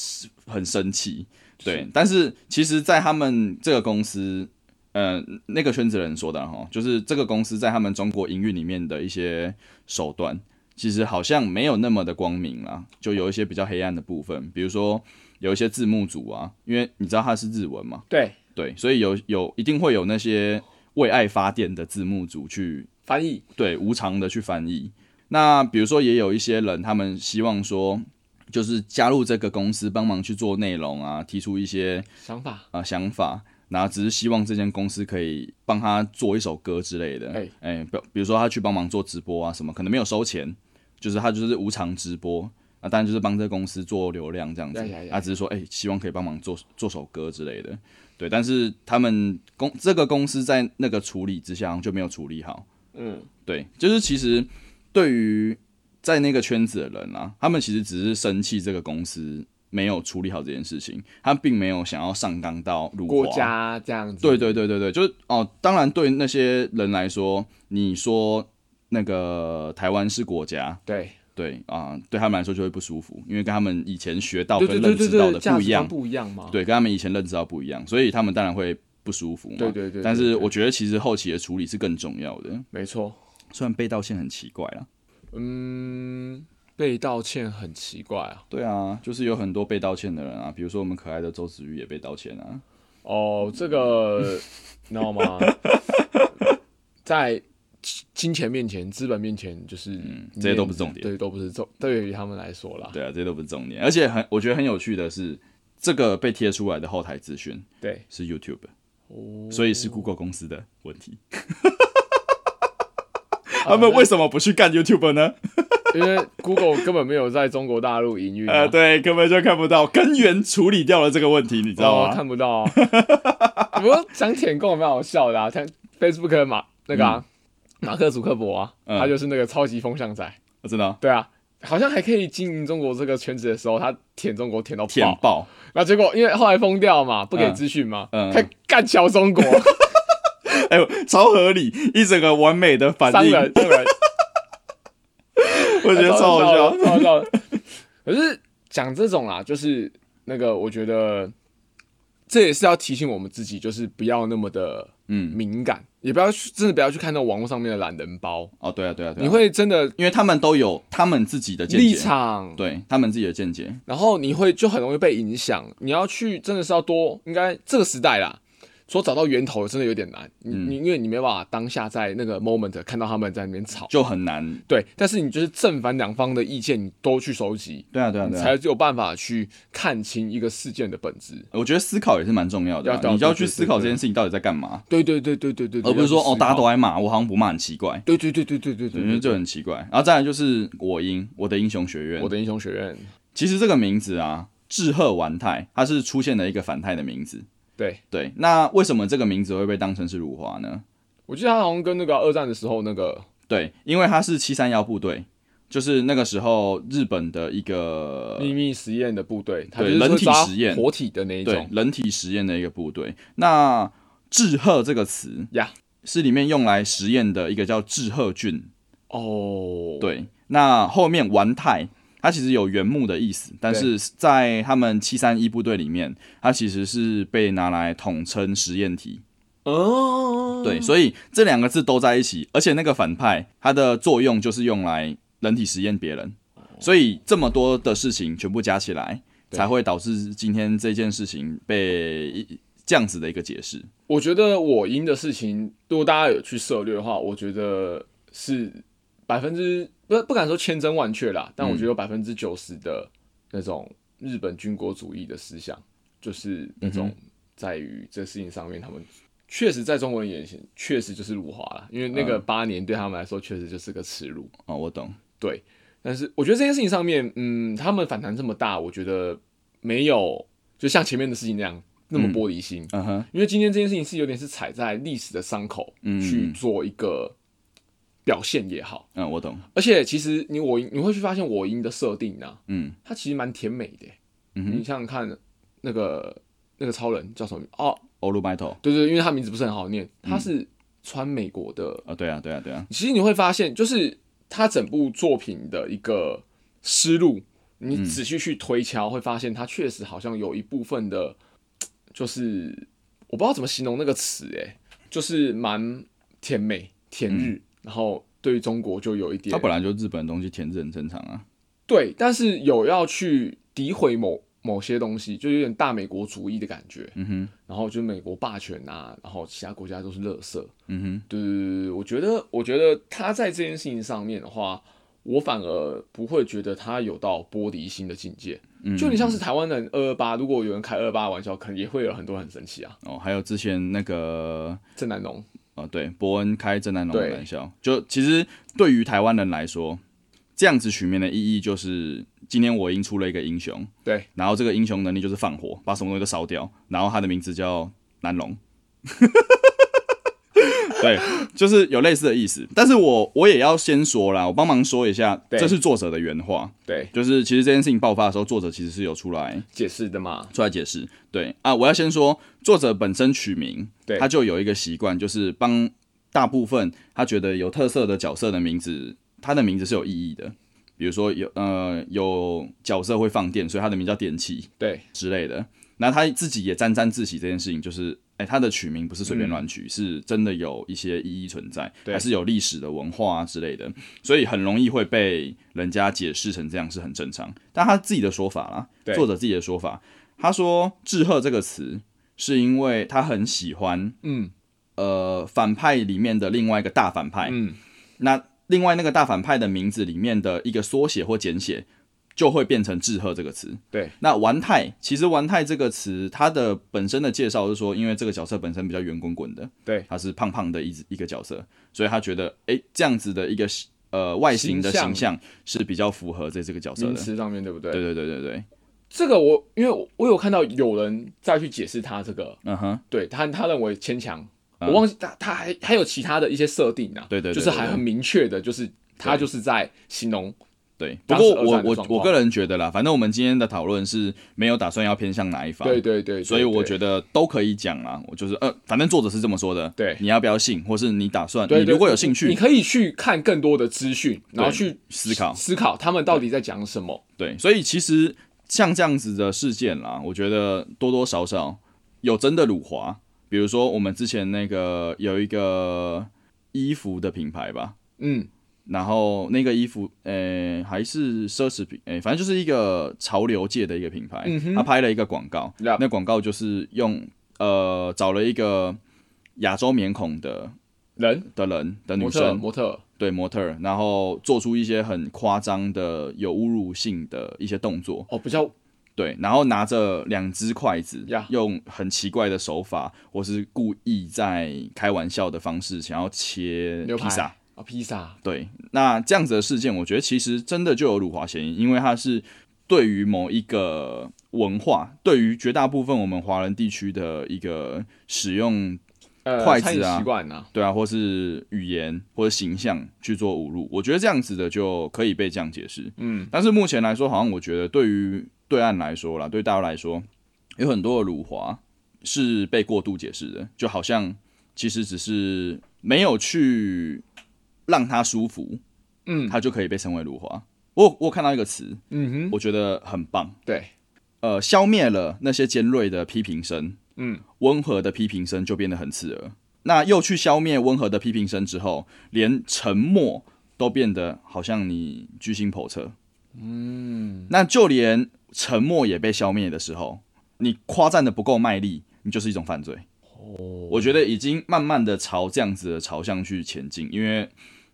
Speaker 1: 很生气，对，但是其实，在他们这个公司。呃，那个圈子人说的哈，就是这个公司在他们中国营运里面的一些手段，其实好像没有那么的光明啦，就有一些比较黑暗的部分，比如说有一些字幕组啊，因为你知道它是日文嘛，
Speaker 2: 对，
Speaker 1: 对，所以有有一定会有那些为爱发电的字幕组去
Speaker 2: 翻译
Speaker 1: 对无偿的去翻译。那比如说也有一些人，他们希望说，就是加入这个公司帮忙去做内容啊，提出一些
Speaker 2: 想法，
Speaker 1: 啊、呃想法，然后只是希望这间公司可以帮他做一首歌之类的。
Speaker 2: 哎
Speaker 1: 哎，比、比如说他去帮忙做直播啊什么，可能没有收钱，就是他就是无偿直播。啊，当然就是帮这个公司做流量这样子
Speaker 2: 呀呀，呀
Speaker 1: 啊，只是说，哎、希望可以帮忙做做首歌之类的，对。但是他们公这个公司在那个处理之下好像就没有处理好，
Speaker 2: 嗯，
Speaker 1: 对，就是其实对于在那个圈子的人啊，他们其实只是生气这个公司没有处理好这件事情，他们并没有想要上纲到辱
Speaker 2: 国
Speaker 1: 华。
Speaker 2: 家这样子，
Speaker 1: 对对对对对，就是哦，当然对那些人来说，你说那个台湾是国家，
Speaker 2: 对
Speaker 1: 对啊、对他们来说就会不舒服，因为跟他们以前学到
Speaker 2: 对
Speaker 1: 跟
Speaker 2: 对
Speaker 1: 认
Speaker 2: 对
Speaker 1: 知
Speaker 2: 对
Speaker 1: 到
Speaker 2: 对，
Speaker 1: 的
Speaker 2: 价
Speaker 1: 不
Speaker 2: 值
Speaker 1: 一
Speaker 2: 观
Speaker 1: 样，
Speaker 2: 不一样嘛，
Speaker 1: 对，跟他们以前认知到不一样，所以他们当然会不舒服嘛。
Speaker 2: 对对对
Speaker 1: 但
Speaker 2: 对
Speaker 1: 是
Speaker 2: 对
Speaker 1: 我觉得其实后期的处理是更重要的，
Speaker 2: 没错，
Speaker 1: 虽然被道歉很奇怪啦。
Speaker 2: 嗯，被道歉很奇怪啊，
Speaker 1: 对啊，就是有很多被道歉的人啊，比如说我们可爱的周子瑜也被道歉啊。
Speaker 2: 哦，这个你知道吗？ 在金金钱面前、资本面前，就是
Speaker 1: 嗯这些都不是重点
Speaker 2: 对，都不是重，对于他们来说啦，
Speaker 1: 对啊，这都不是重点，而且很我觉得很有趣的是，这个被贴出来的后台资讯
Speaker 2: 对，
Speaker 1: 是 YouTube，
Speaker 2: 哦，
Speaker 1: 所以是 Google 公司的问题。他们为什么啊不去干 YouTube 呢？
Speaker 2: 啊因为 Google 根本没有在中国大陆营运啊，
Speaker 1: 呃，对，根本就看不到根源处理掉了这个问题，你知
Speaker 2: 然后
Speaker 1: 道吗？
Speaker 2: 看不到 啊。不过讲舔共蛮好笑的啊，像 Facebook 的马那个啊，马克·祖克伯啊，
Speaker 1: 嗯
Speaker 2: 他就是那个超级风向仔，
Speaker 1: 啊真的啊
Speaker 2: 对啊。好像还可以经营中国这个圈子的时候，他舔中国舔到
Speaker 1: 舔
Speaker 2: 爆，
Speaker 1: 爆，
Speaker 2: 那结果因为后来封掉嘛，不给
Speaker 1: 嗯
Speaker 2: 资讯嘛，
Speaker 1: 嗯
Speaker 2: 他干桥中国
Speaker 1: 哎呦，超合理，一整个完美的 反
Speaker 2: 商
Speaker 1: 应，
Speaker 2: 人，商人，
Speaker 1: 我觉 得超好笑。
Speaker 2: 超好笑的。可是讲这种啦，就是那个，我觉得这也是要提醒我们自己，就是不要那么的
Speaker 1: 嗯，
Speaker 2: 敏感，也不要去真的不要去看那种网络上面的懒人包，
Speaker 1: 哦，对啊，对啊，对啊，
Speaker 2: 你会真的
Speaker 1: 因为他们都有他们自己的见
Speaker 2: 立
Speaker 1: 解，
Speaker 2: 场，
Speaker 1: 对他们自己的见解，
Speaker 2: 然后你会就很容易被影响。你要去真的是要多，应该这个时代啦。说找到源头真的有点难，你
Speaker 1: 嗯
Speaker 2: 你因为你没办法当下在那个 moment 看到他们在那边吵，
Speaker 1: 就很难。
Speaker 2: 对，但是你就是正反两方的意见你都去收集，
Speaker 1: 对啊，对啊，
Speaker 2: 你
Speaker 1: 对啊。
Speaker 2: 才有办法去看清一个事件的本质。
Speaker 1: 我觉得思考也是蛮重要的啊、
Speaker 2: 要到
Speaker 1: 你就要去
Speaker 2: 对对
Speaker 1: 思考
Speaker 2: 对
Speaker 1: 这件事情到底在干嘛，
Speaker 2: 对对对对对对，
Speaker 1: 而不是说哦，大家都
Speaker 2: 爱。
Speaker 1: 爱骂，我好像不骂很奇怪，
Speaker 2: 对对对对对对
Speaker 1: 我觉得
Speaker 2: 对，
Speaker 1: 就很奇怪。然后再来就是我英，我的英雄学院，
Speaker 2: 我的英雄学院，
Speaker 1: 其实这个名字啊，志贺丸太，它是出现了一个反派的名字。
Speaker 2: 对
Speaker 1: 对，那为什么这个名字会被当成是辱华呢？
Speaker 2: 我记得他好像跟那个二战的时候那个
Speaker 1: 对，因为他是七三幺部队，就是那个时候日本的一个
Speaker 2: 秘密实验的部队，它就
Speaker 1: 呃对
Speaker 2: 是
Speaker 1: 人
Speaker 2: 会
Speaker 1: 体
Speaker 2: 抓
Speaker 1: 实验
Speaker 2: 活体的那一
Speaker 1: 对
Speaker 2: 种，
Speaker 1: 人体实验的一个部队。那志贺这个词
Speaker 2: 呀
Speaker 1: 是里面用来实验的一个叫志贺菌。
Speaker 2: 哦，，
Speaker 1: 对，那后面丸太它其实有原木的意思，但是在他们七三一部队里面，它其实是被拿来统称实验体。
Speaker 2: 哦，
Speaker 1: 对，所以这两个字都在一起，而且那个反派它的作用就是用来人体实验别人，所以这么多的事情全部加起来，
Speaker 2: 对
Speaker 1: 才会导致今天这件事情被这样子的一个解释。
Speaker 2: 我觉得我赢的事情，如果大家有去涉猎的话，我觉得是百分之不不敢说千真万确啦，但我觉得有百分之九十的那种日本军国主义的思想，就是那种在于这事情上面，他们确实在中国人眼前确实就是辱华啦，因为那个八年对他们来说确实就是个耻辱。
Speaker 1: 哦，我懂。
Speaker 2: 对，但是我觉得这件事情上面，嗯，他们反弹这么大，我觉得没有就像前面的事情那样那么玻璃心。
Speaker 1: 嗯哼，
Speaker 2: 因为今天这件事情是有点是踩在历史的伤口
Speaker 1: 嗯
Speaker 2: 去做一个表现也好，
Speaker 1: 嗯，我懂。
Speaker 2: 而且其实你我你会去发现我音的设定啊，
Speaker 1: 嗯
Speaker 2: 它其实蛮甜美的、
Speaker 1: 嗯哼
Speaker 2: 你想想看，那个那个超人叫什么？哦，
Speaker 1: 欧鲁麦头。
Speaker 2: 对对，因为他名字不是很好念，他
Speaker 1: 嗯
Speaker 2: 是穿美国的。
Speaker 1: 啊、对啊，对啊，对啊。
Speaker 2: 其实你会发现，就是他整部作品的一个思路，你仔细去推敲，会发现他确实好像有一部分的，就是我不知道怎么形容那个词，哎，就是蛮甜美、甜日，然后对于中国就有一点
Speaker 1: 它嗯本来就日本的东西填字很正常啊。
Speaker 2: 对，但是有要去诋毁某某些东西，就有点大美国主义的感觉，
Speaker 1: 嗯哼，
Speaker 2: 然后就美国霸权啊，然后其他国家都是垃圾，
Speaker 1: 嗯哼，
Speaker 2: 对对对对，我觉得，我觉得他在这件事情上面的话，我反而不会觉得他有到玻璃心的境界。
Speaker 1: 嗯
Speaker 2: 就你像是台湾人二二八，如果有人开二二八玩笑，可能也会有很多人很生气啊。
Speaker 1: 哦，还有之前那个
Speaker 2: 郑南农，
Speaker 1: 呃，对，伯恩开郑南龙的
Speaker 2: 对
Speaker 1: 玩笑，就其实对于台湾人来说，这样子曲面的意义就是，今天我已经出了一个英雄，
Speaker 2: 对，
Speaker 1: 然后这个英雄能力就是放火，把什么东西都烧掉，然后他的名字叫南龙。 对，就是有类似的意思，但是我我也要先说啦，我帮忙说一下，
Speaker 2: 对
Speaker 1: 这是作者的原话，
Speaker 2: 对，
Speaker 1: 就是其实这件事情爆发的时候，作者其实是有出来
Speaker 2: 解释的嘛，
Speaker 1: 出来解释。对啊，我要先说作者本身取名，
Speaker 2: 对
Speaker 1: 他就有一个习惯，就是帮大部分他觉得有特色的角色的名字，他的名字是有意义的。比如说有呃有角色会放电，所以他的名叫电器
Speaker 2: 对，
Speaker 1: 之类的。那他自己也沾沾自喜这件事情，就是哎、他的取名不是随便乱取，是真的有一些意义存在，
Speaker 2: 嗯对
Speaker 1: 还是有历史的文化啊之类的，所以很容易会被人家解释成这样是很正常。但他自己的说法啦，
Speaker 2: 对
Speaker 1: 作者自己的说法，他说“志贺”这个词是因为他很喜欢
Speaker 2: 嗯
Speaker 1: 呃反派里面的另外一个大反派，
Speaker 2: 嗯，
Speaker 1: 那另外那个大反派的名字里面的一个缩写或简写，就会变成“志贺”这个词。
Speaker 2: 对，
Speaker 1: 那丸太其实丸太这个词，它的本身的介绍是说，因为这个角色本身比较圆滚滚的，
Speaker 2: 对
Speaker 1: 他是胖胖的一只一个角色，所以他觉得诶这样子的一个呃外形的
Speaker 2: 形
Speaker 1: 形
Speaker 2: 象
Speaker 1: 象是比较符合这这个角色
Speaker 2: 名
Speaker 1: 的。
Speaker 2: 词上面对不对？
Speaker 1: 对对对对对，
Speaker 2: 这个我因为我我有看到有人再去解释他这个，
Speaker 1: 嗯哼，
Speaker 2: 对他他认为牵强，我忘记他他还还有其他的一些设定啊，
Speaker 1: 嗯对对对
Speaker 2: 就是
Speaker 1: 对
Speaker 2: 还
Speaker 1: 对
Speaker 2: 很明确的，就是他就是在形容
Speaker 1: 对。不
Speaker 2: 当
Speaker 1: 过
Speaker 2: 时二
Speaker 1: 我
Speaker 2: 战的
Speaker 1: 我
Speaker 2: 状况
Speaker 1: 我个人觉得啦，反正我们今天的讨论是没有打算要偏向哪一方，
Speaker 2: 对对对，
Speaker 1: 所以我觉
Speaker 2: 得
Speaker 1: 得都可以讲啦。我就是呃，反正作者是这么说的，
Speaker 2: 对
Speaker 1: 你要不要信，或是你打算，
Speaker 2: 对，
Speaker 1: 你
Speaker 2: 对
Speaker 1: 如果有
Speaker 2: 你
Speaker 1: 兴
Speaker 2: 你
Speaker 1: 趣，
Speaker 2: 可以去看更多的资讯，然后
Speaker 1: 对
Speaker 2: 去
Speaker 1: 思考
Speaker 2: 思考他们到底在讲什么。
Speaker 1: 对，所以其实像这样子的事件啦，我觉得多多少少有真的辱华，比如说我们之前那个有一个衣服的品牌吧，
Speaker 2: 嗯，
Speaker 1: 然后那个衣服，呃、还是奢侈品，诶、反正就是一个潮流界的一个品牌，
Speaker 2: 嗯哼
Speaker 1: 他拍了一个广告
Speaker 2: Yup
Speaker 1: 那广告就是用呃找了一个亚洲面孔的
Speaker 2: 人
Speaker 1: 的人的
Speaker 2: 模
Speaker 1: 女
Speaker 2: 特
Speaker 1: 生，
Speaker 2: 模特，
Speaker 1: 对模特儿，然后做出一些很夸张的有侮辱性的一些动作，
Speaker 2: 哦，比较
Speaker 1: 对，然后拿着两只筷子
Speaker 2: Yeah
Speaker 1: 用很奇怪的手法，或是故意在开玩笑的方式想要切
Speaker 2: 牛
Speaker 1: 披
Speaker 2: 排
Speaker 1: 萨。
Speaker 2: 啊，披萨，
Speaker 1: 对，那这样子的事件，我觉得其实真的就有辱华嫌疑，因为它是对于某一个文化，对于绝大部分我们华人地区的一个使用
Speaker 2: 呃，
Speaker 1: 筷
Speaker 2: 餐饮
Speaker 1: 子啊
Speaker 2: 习惯呐，
Speaker 1: 对啊，或是语言或者形象去做侮辱，我觉得这样子的就可以被这样解释。
Speaker 2: 嗯，
Speaker 1: 但是目前来说，好像我觉得对于对岸来说啦，对大陆来说，有很多的辱华是被过度解释的，就好像其实只是没有去让他舒服，
Speaker 2: 嗯
Speaker 1: 他就可以被称为辱华。我我看到一个词，
Speaker 2: 嗯哼，
Speaker 1: 我觉得很棒，
Speaker 2: 对，
Speaker 1: 呃，消灭了那些尖锐的批评声，
Speaker 2: 嗯，
Speaker 1: 温和的批评声就变得很刺耳。那又去消灭温和的批评声之后，连沉默都变得好像你居心叵测。嗯，那就连沉默也被消灭的时候，你夸赞的不够卖力，你就是一种犯罪。哦，我觉得已经慢慢的朝这样子的朝向去前进，因为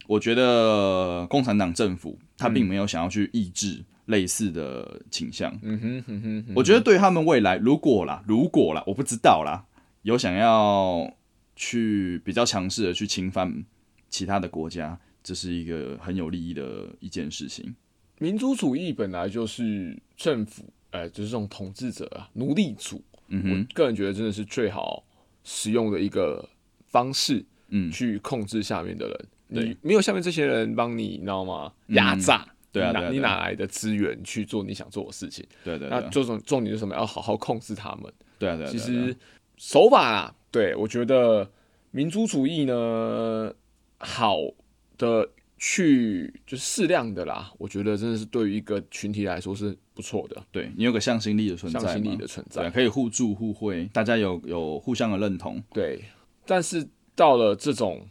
Speaker 1: 我觉得共产党政府他并没有想要去抑制类似的倾向。
Speaker 2: 嗯哼哼哼哼，
Speaker 1: 我觉得对他们未来，如果啦，如果啦，我不知道啦，有想要去比较强势的去侵犯其他的国家，这是一个很有利益的一件事情。
Speaker 2: 民族主义本来就是政府，呃，就是这种统治者啊，奴隶主，
Speaker 1: 嗯哼，
Speaker 2: 我个人觉得真的是最好使用的一个方式，
Speaker 1: 嗯
Speaker 2: 去控制下面的人。
Speaker 1: 对
Speaker 2: 你没有下面这些人帮你，你知道吗？压榨，
Speaker 1: 对啊对
Speaker 2: 你哪
Speaker 1: 啊
Speaker 2: 你
Speaker 1: 对啊
Speaker 2: 哪来的资源去做你想做的事情？
Speaker 1: 对对
Speaker 2: 那
Speaker 1: 对，
Speaker 2: 这种重点是什么？要好好控制他们。
Speaker 1: 对啊对啊，
Speaker 2: 其
Speaker 1: 对啊对啊
Speaker 2: 实手法啦，对我觉得民族主义呢，好的去就是适量的啦，我觉得真的是对于一个群体来说是不错的，
Speaker 1: 对你有个向心力的存在
Speaker 2: 向
Speaker 1: 嘛，
Speaker 2: 心力的存
Speaker 1: 对啊，
Speaker 2: 在。
Speaker 1: 可以互助互惠，大家有有互相的认同，
Speaker 2: 对，但是到了这种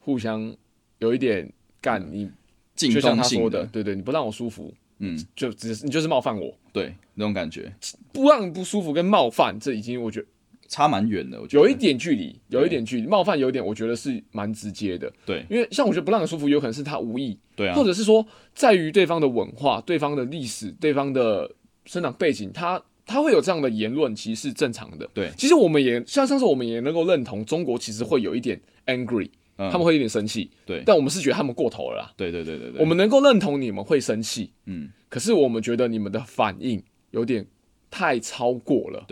Speaker 2: 互相有一点干，你
Speaker 1: 进
Speaker 2: 就像
Speaker 1: 攻嗯
Speaker 2: 他
Speaker 1: 性
Speaker 2: 说的，对对，你不让我舒服，
Speaker 1: 嗯，
Speaker 2: 就只是你就是冒犯我，
Speaker 1: 对那种感觉
Speaker 2: 不让你不舒服跟冒犯，这已经我觉得
Speaker 1: 差蛮远的，我觉得
Speaker 2: 有一点距离，有一点距离，冒犯有一点，我觉得是蛮直接的。
Speaker 1: 对
Speaker 2: 因为像我觉得不让你舒服，有可能是他无意，
Speaker 1: 对啊
Speaker 2: 或，者是说在于对方的文化、对方的历史、对方的生长背景，他他会有这样的言论，其实是正常的。
Speaker 1: 对
Speaker 2: 其实我们也像上次我们也能够认同，中国其实会有一点 angry，、
Speaker 1: 嗯
Speaker 2: 他们会有点生气，
Speaker 1: 对
Speaker 2: 但我们是觉得他们过头了啦。
Speaker 1: 对对对对对，
Speaker 2: 我们能够认同你们会生气，
Speaker 1: 嗯。
Speaker 2: 可是我们觉得你们的反应有点太超过了。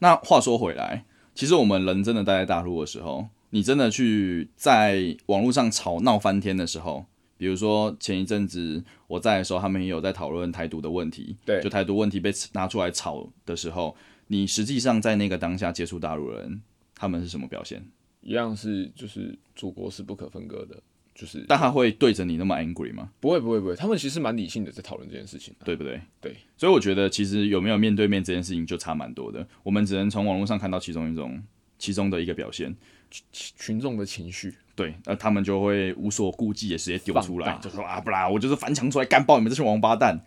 Speaker 1: 那话说回来，其实我们人真的待在大陆的时候，你真的去在网络上吵闹翻天的时候，比如说前一阵子我在的时候，他们也有在讨论台独的问题，
Speaker 2: 对
Speaker 1: 就台独问题被拿出来吵的时候，你实际上在那个当下接触大陆人，他们是什么表现？
Speaker 2: 一样是就是祖国是不可分割的，就是
Speaker 1: 但他会对着你那么 angry 吗？
Speaker 2: 不会不会不会，他们其实蛮理性的在讨论这件事情、啊。
Speaker 1: 对不对？
Speaker 2: 对，
Speaker 1: 所以我觉得其实有没有面对面这件事情就差蛮多的，我们只能从网络上看到其中一种其中的一个表现。
Speaker 2: 群群众的情绪，
Speaker 1: 对，那他们就会无所顾忌的直接丢出来
Speaker 2: 放大，
Speaker 1: 就说啊不啦，我就是翻墙出来干爆你们这群王八蛋。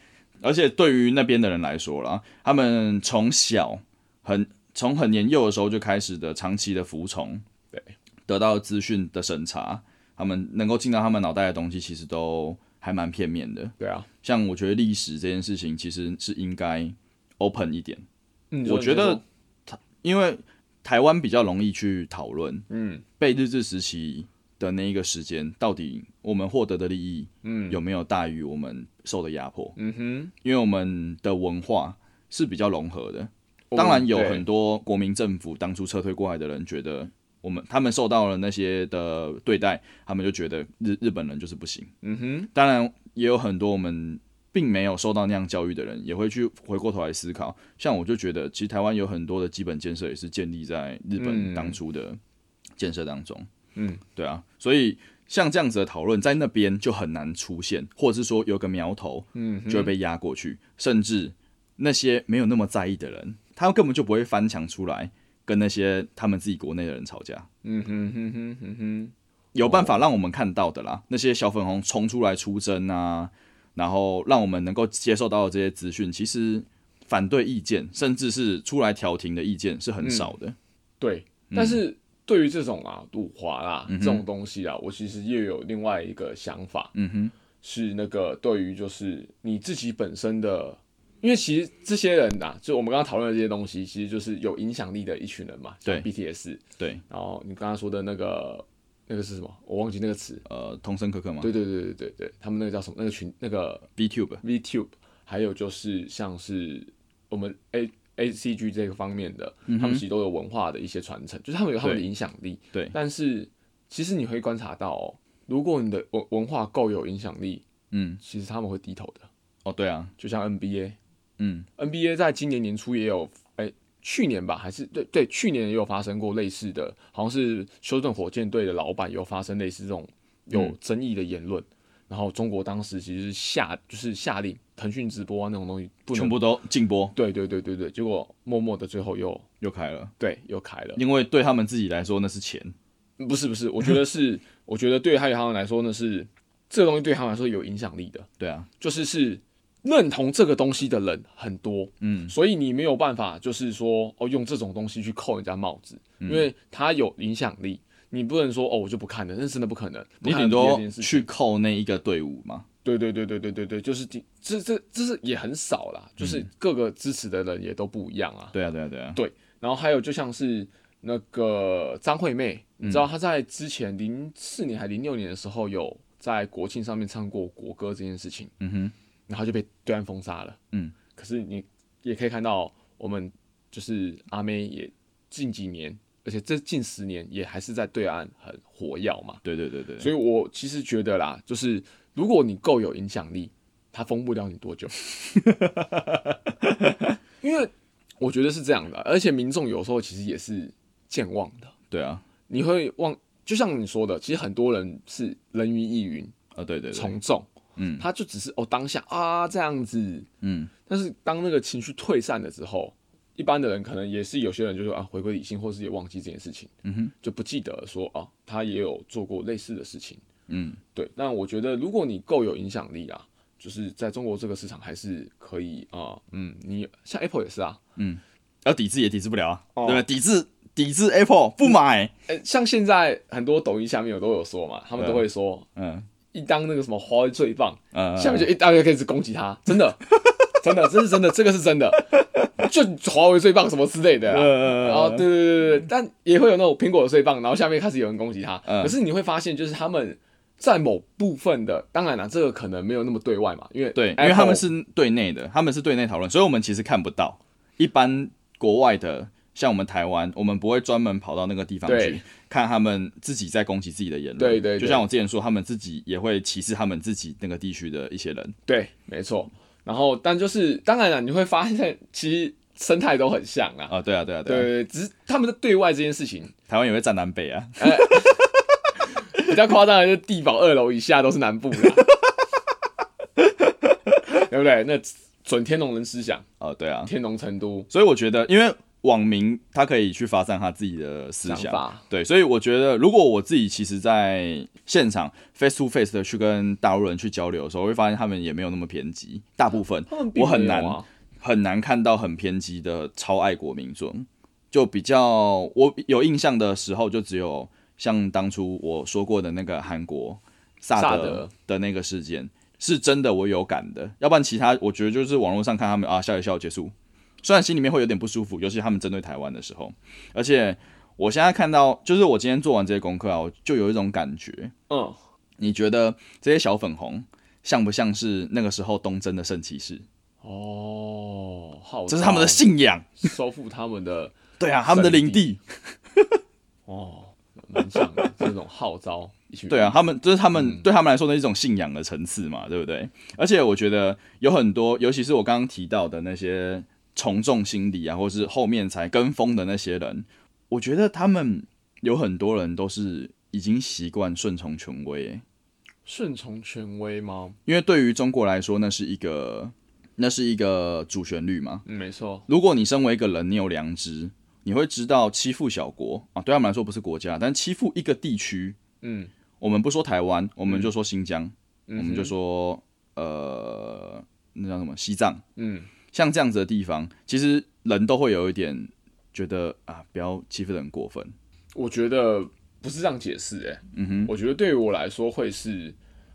Speaker 1: 而且对于那边的人来说啦，他们从小很从很年幼的时候就开始的长期的服从，
Speaker 2: 对，
Speaker 1: 得到资讯的审查，他们能够进到他们脑袋的东西，其实都还蛮片面的。
Speaker 2: 对啊，
Speaker 1: 像我觉得历史这件事情，其实是应该 open 一点。
Speaker 2: 嗯
Speaker 1: 我觉得，因为台湾比较容易去讨论，
Speaker 2: 嗯，
Speaker 1: 被日治时期的那一个时间，到底我们获得的利益，
Speaker 2: 嗯，
Speaker 1: 有没有大于我们受的压迫？
Speaker 2: 嗯哼，
Speaker 1: 因为我们的文化是比较融合的，
Speaker 2: 我
Speaker 1: 当然有
Speaker 2: 哦对
Speaker 1: 很多国民政府当初撤退过来的人觉得。我们他们受到了那些的对待，他们就觉得日日本人就是不行。
Speaker 2: 嗯哼，
Speaker 1: 当然也有很多我们并没有受到那样教育的人，也会去回过头来思考。像我就觉得，其实台湾有很多的基本建设也是建立在日本
Speaker 2: 嗯
Speaker 1: 当初的建设当中。
Speaker 2: 嗯，
Speaker 1: 对啊，所以像这样子的讨论在那边就很难出现，或者是说有个苗头
Speaker 2: 嗯哼，
Speaker 1: 就会被压过去，甚至那些没有那么在意的人，他们根本就不会翻墙出来跟那些他们自己国内的人吵架。
Speaker 2: 嗯哼哼哼哼哼，
Speaker 1: 有办法让我们看到的啦，那些小粉红冲出来出征啊，然后让我们能够接受到的这些资讯，其实反对意见，甚至是出来调停的意见是很少的。
Speaker 2: 对。
Speaker 1: 嗯
Speaker 2: 但是对于这种啊辱华啦、这种东西啊，我其实又有另外一个想法，
Speaker 1: 嗯哼，
Speaker 2: 是那个对于就是你自己本身的。因为其实这些人呐、啊就我们刚刚讨论的这些东西，其实就是有影响力的一群人嘛，像
Speaker 1: 对
Speaker 2: BTS，
Speaker 1: 对，
Speaker 2: 然后你刚刚说的那个那个是什么？我忘记那个词。
Speaker 1: 呃，童声可可吗
Speaker 2: 对对对对对对，他们那个叫什么？那个群那个
Speaker 1: ？B Tube，
Speaker 2: VTube，还有就是像是我们 A A C G 这个方面的，
Speaker 1: 嗯
Speaker 2: 他们其实都有文化的一些传承，就是他们有他们的
Speaker 1: 对
Speaker 2: 影响力。
Speaker 1: 对
Speaker 2: 但是其实你会观察到、哦，如果你的文文化够有影响力，
Speaker 1: 嗯，
Speaker 2: 其实他们会低头的。
Speaker 1: 哦，对啊，
Speaker 2: 就像 NBA，
Speaker 1: 嗯
Speaker 2: ，NBA 在今年年初也有，哎、去年吧，还是对对，去年也有发生过类似的，好像是休斯顿火箭队的老板有发生类似这种有
Speaker 1: 嗯
Speaker 2: 争议的言论，然后中国当时其实是下就是下令腾讯直播啊那种东西不能
Speaker 1: 全，部都禁播
Speaker 2: 对对对对对，结果默默的最后又
Speaker 1: 又开了，
Speaker 2: 对又开了，
Speaker 1: 因为对他们自己来说那是钱，
Speaker 2: 不是不是，我觉得是，我觉得对他们来说呢是这个东西对他们来说有影响力的，
Speaker 1: 对啊，
Speaker 2: 就是是认同这个东西的人很多，
Speaker 1: 嗯，
Speaker 2: 所以你没有办法就是说哦用这种东西去扣人家帽子，
Speaker 1: 嗯
Speaker 2: 因为它有影响力，你不能说哦我就不看了，那真的不可能。
Speaker 1: 你
Speaker 2: 不看
Speaker 1: 顶
Speaker 2: 了这
Speaker 1: 多
Speaker 2: 件事情
Speaker 1: 去扣那一个队伍嘛，
Speaker 2: 对对对对对对对，就是这这这这是也很少啦，就是
Speaker 1: 嗯
Speaker 2: 各个支持的人也都不一样啊。
Speaker 1: 对啊，对啊，对啊，
Speaker 2: 然后还有就像是那个张惠妹，你
Speaker 1: 嗯
Speaker 2: 知道她在之前零四年还零六年的时候有在国庆上面唱过国歌这件事情，
Speaker 1: 嗯哼，
Speaker 2: 然后就被对岸封杀了。
Speaker 1: 嗯，
Speaker 2: 可是你也可以看到，我们就是阿妹也近几年，而且这近十年也还是在对岸很火药嘛。
Speaker 1: 对对对对，
Speaker 2: 所以我其实觉得啦，就是如果你够有影响力，他封不了你 多久，因为我觉得是这样的，而且民众有时候其实也是健忘的，
Speaker 1: 对啊，
Speaker 2: 你会忘，就像你说的，其实很多人是人云亦云、
Speaker 1: 啊，对对对，
Speaker 2: 从众，
Speaker 1: 嗯
Speaker 2: 他就只是哦当下啊这样子，
Speaker 1: 嗯，
Speaker 2: 但是当那个情绪退散了之后，一般的人可能也是有些人就说啊回归理性，或是也忘记这件事情，
Speaker 1: 嗯哼，
Speaker 2: 就不记得说啊他也有做过类似的事情。
Speaker 1: 嗯，
Speaker 2: 对，那我觉得如果你够有影响力啊，就是在中国这个市场还是可以啊、嗯，你像 Apple 也是啊，
Speaker 1: 要抵制也抵制不了啊，
Speaker 2: 哦
Speaker 1: 对不对？抵制抵制 Apple 不买，
Speaker 2: 呃，像现在很多抖音下面有都有说嘛，他们都会说、
Speaker 1: 嗯
Speaker 2: 一当那个什么华为最棒，
Speaker 1: 呃，
Speaker 2: 下面就一大堆开始攻击他，真的， 真的，这是真的，这个是真的，就华为最棒什么之类的啊、
Speaker 1: 呃
Speaker 2: 然后对对对对对，但也会有那种苹果最棒，然后下面开始有人攻击他。
Speaker 1: 嗯
Speaker 2: 可是你会发现，就是他们在某部分的，当然了，这个可能没有那么对外嘛，因为
Speaker 1: 对，因为他
Speaker 2: Apple-
Speaker 1: 们是对内的，他们是对内讨论，所以我们其实看不到一般国外的，像我们台湾，我们不会专门跑到那个地方
Speaker 2: 对
Speaker 1: 去看他们自己在攻击自己的言论。
Speaker 2: 对对对
Speaker 1: 就像我之前说，他们自己也会歧视他们自己那个地区的一些人。
Speaker 2: 对，没错。然后，但就是当然了，你会发现其实生态都很像啊。
Speaker 1: 啊，对啊，对啊，
Speaker 2: 对
Speaker 1: 啊，
Speaker 2: 对，对只是他们在对外这件事情
Speaker 1: 台湾也会站南北啊。
Speaker 2: 比较夸张的，就是地堡二楼以下都是南部 啦，对不对？那准天龙人思想，
Speaker 1: 哦，对啊，
Speaker 2: 天龙成都
Speaker 1: 所以我觉得，因为网民他可以去发散他自己的思
Speaker 2: 想
Speaker 1: 想，
Speaker 2: 法，
Speaker 1: 对，所以我觉得，如果我自己其实，在现场 face to face 的去跟大陆人去交流的时候，我会发现他们也没有那么偏激，大部分
Speaker 2: 他们并
Speaker 1: 我很
Speaker 2: 没有
Speaker 1: 难
Speaker 2: 啊
Speaker 1: 很难看到很偏激的超爱国民众，就比较我有印象的时候，就只有像当初我说过的那个韩国萨
Speaker 2: 萨
Speaker 1: 德
Speaker 2: 德
Speaker 1: 的那个事件，是真的我有感的，要不然其他我觉得就是网络上看他们啊笑一笑结束，虽然心里面会有点不舒服，尤其他们针对台湾的时候，而且我现在看到，就是我今天做完这些功课啊，我就有一种感觉，
Speaker 2: 嗯，
Speaker 1: 你觉得这些小粉红像不像是那个时候东征的圣骑士？
Speaker 2: 哦，好，
Speaker 1: 这是他们的信仰。
Speaker 2: 收复他们的
Speaker 1: 对啊，他们的领地，
Speaker 2: 哦，蛮像的这种号召，一群
Speaker 1: 对啊，他们这、是他们、对他们来说的一种信仰的层次嘛，对不对？而且我觉得有很多，尤其是我刚刚提到的那些从众心理啊，或是后面才跟风的那些人，我觉得他们有很多人都是已经习惯顺从权威耶、
Speaker 2: 顺从权威吗？
Speaker 1: 因为对于中国来说，那是一个那是一个主旋律嘛。
Speaker 2: 嗯，没错，
Speaker 1: 如果你身为一个人，你有良知，你会知道欺负小国啊，对他们来说不是国家，但欺负一个地区，
Speaker 2: 嗯
Speaker 1: 我们不说台湾，我们就说新疆，
Speaker 2: 嗯哼
Speaker 1: 我们就说呃，那叫什么西藏，
Speaker 2: 嗯，
Speaker 1: 像这样子的地方，其实人都会有一点觉得啊，不要欺负人过分，
Speaker 2: 我觉得不是这样解释，哎，
Speaker 1: 嗯哼，
Speaker 2: 我觉得对于我来说会是，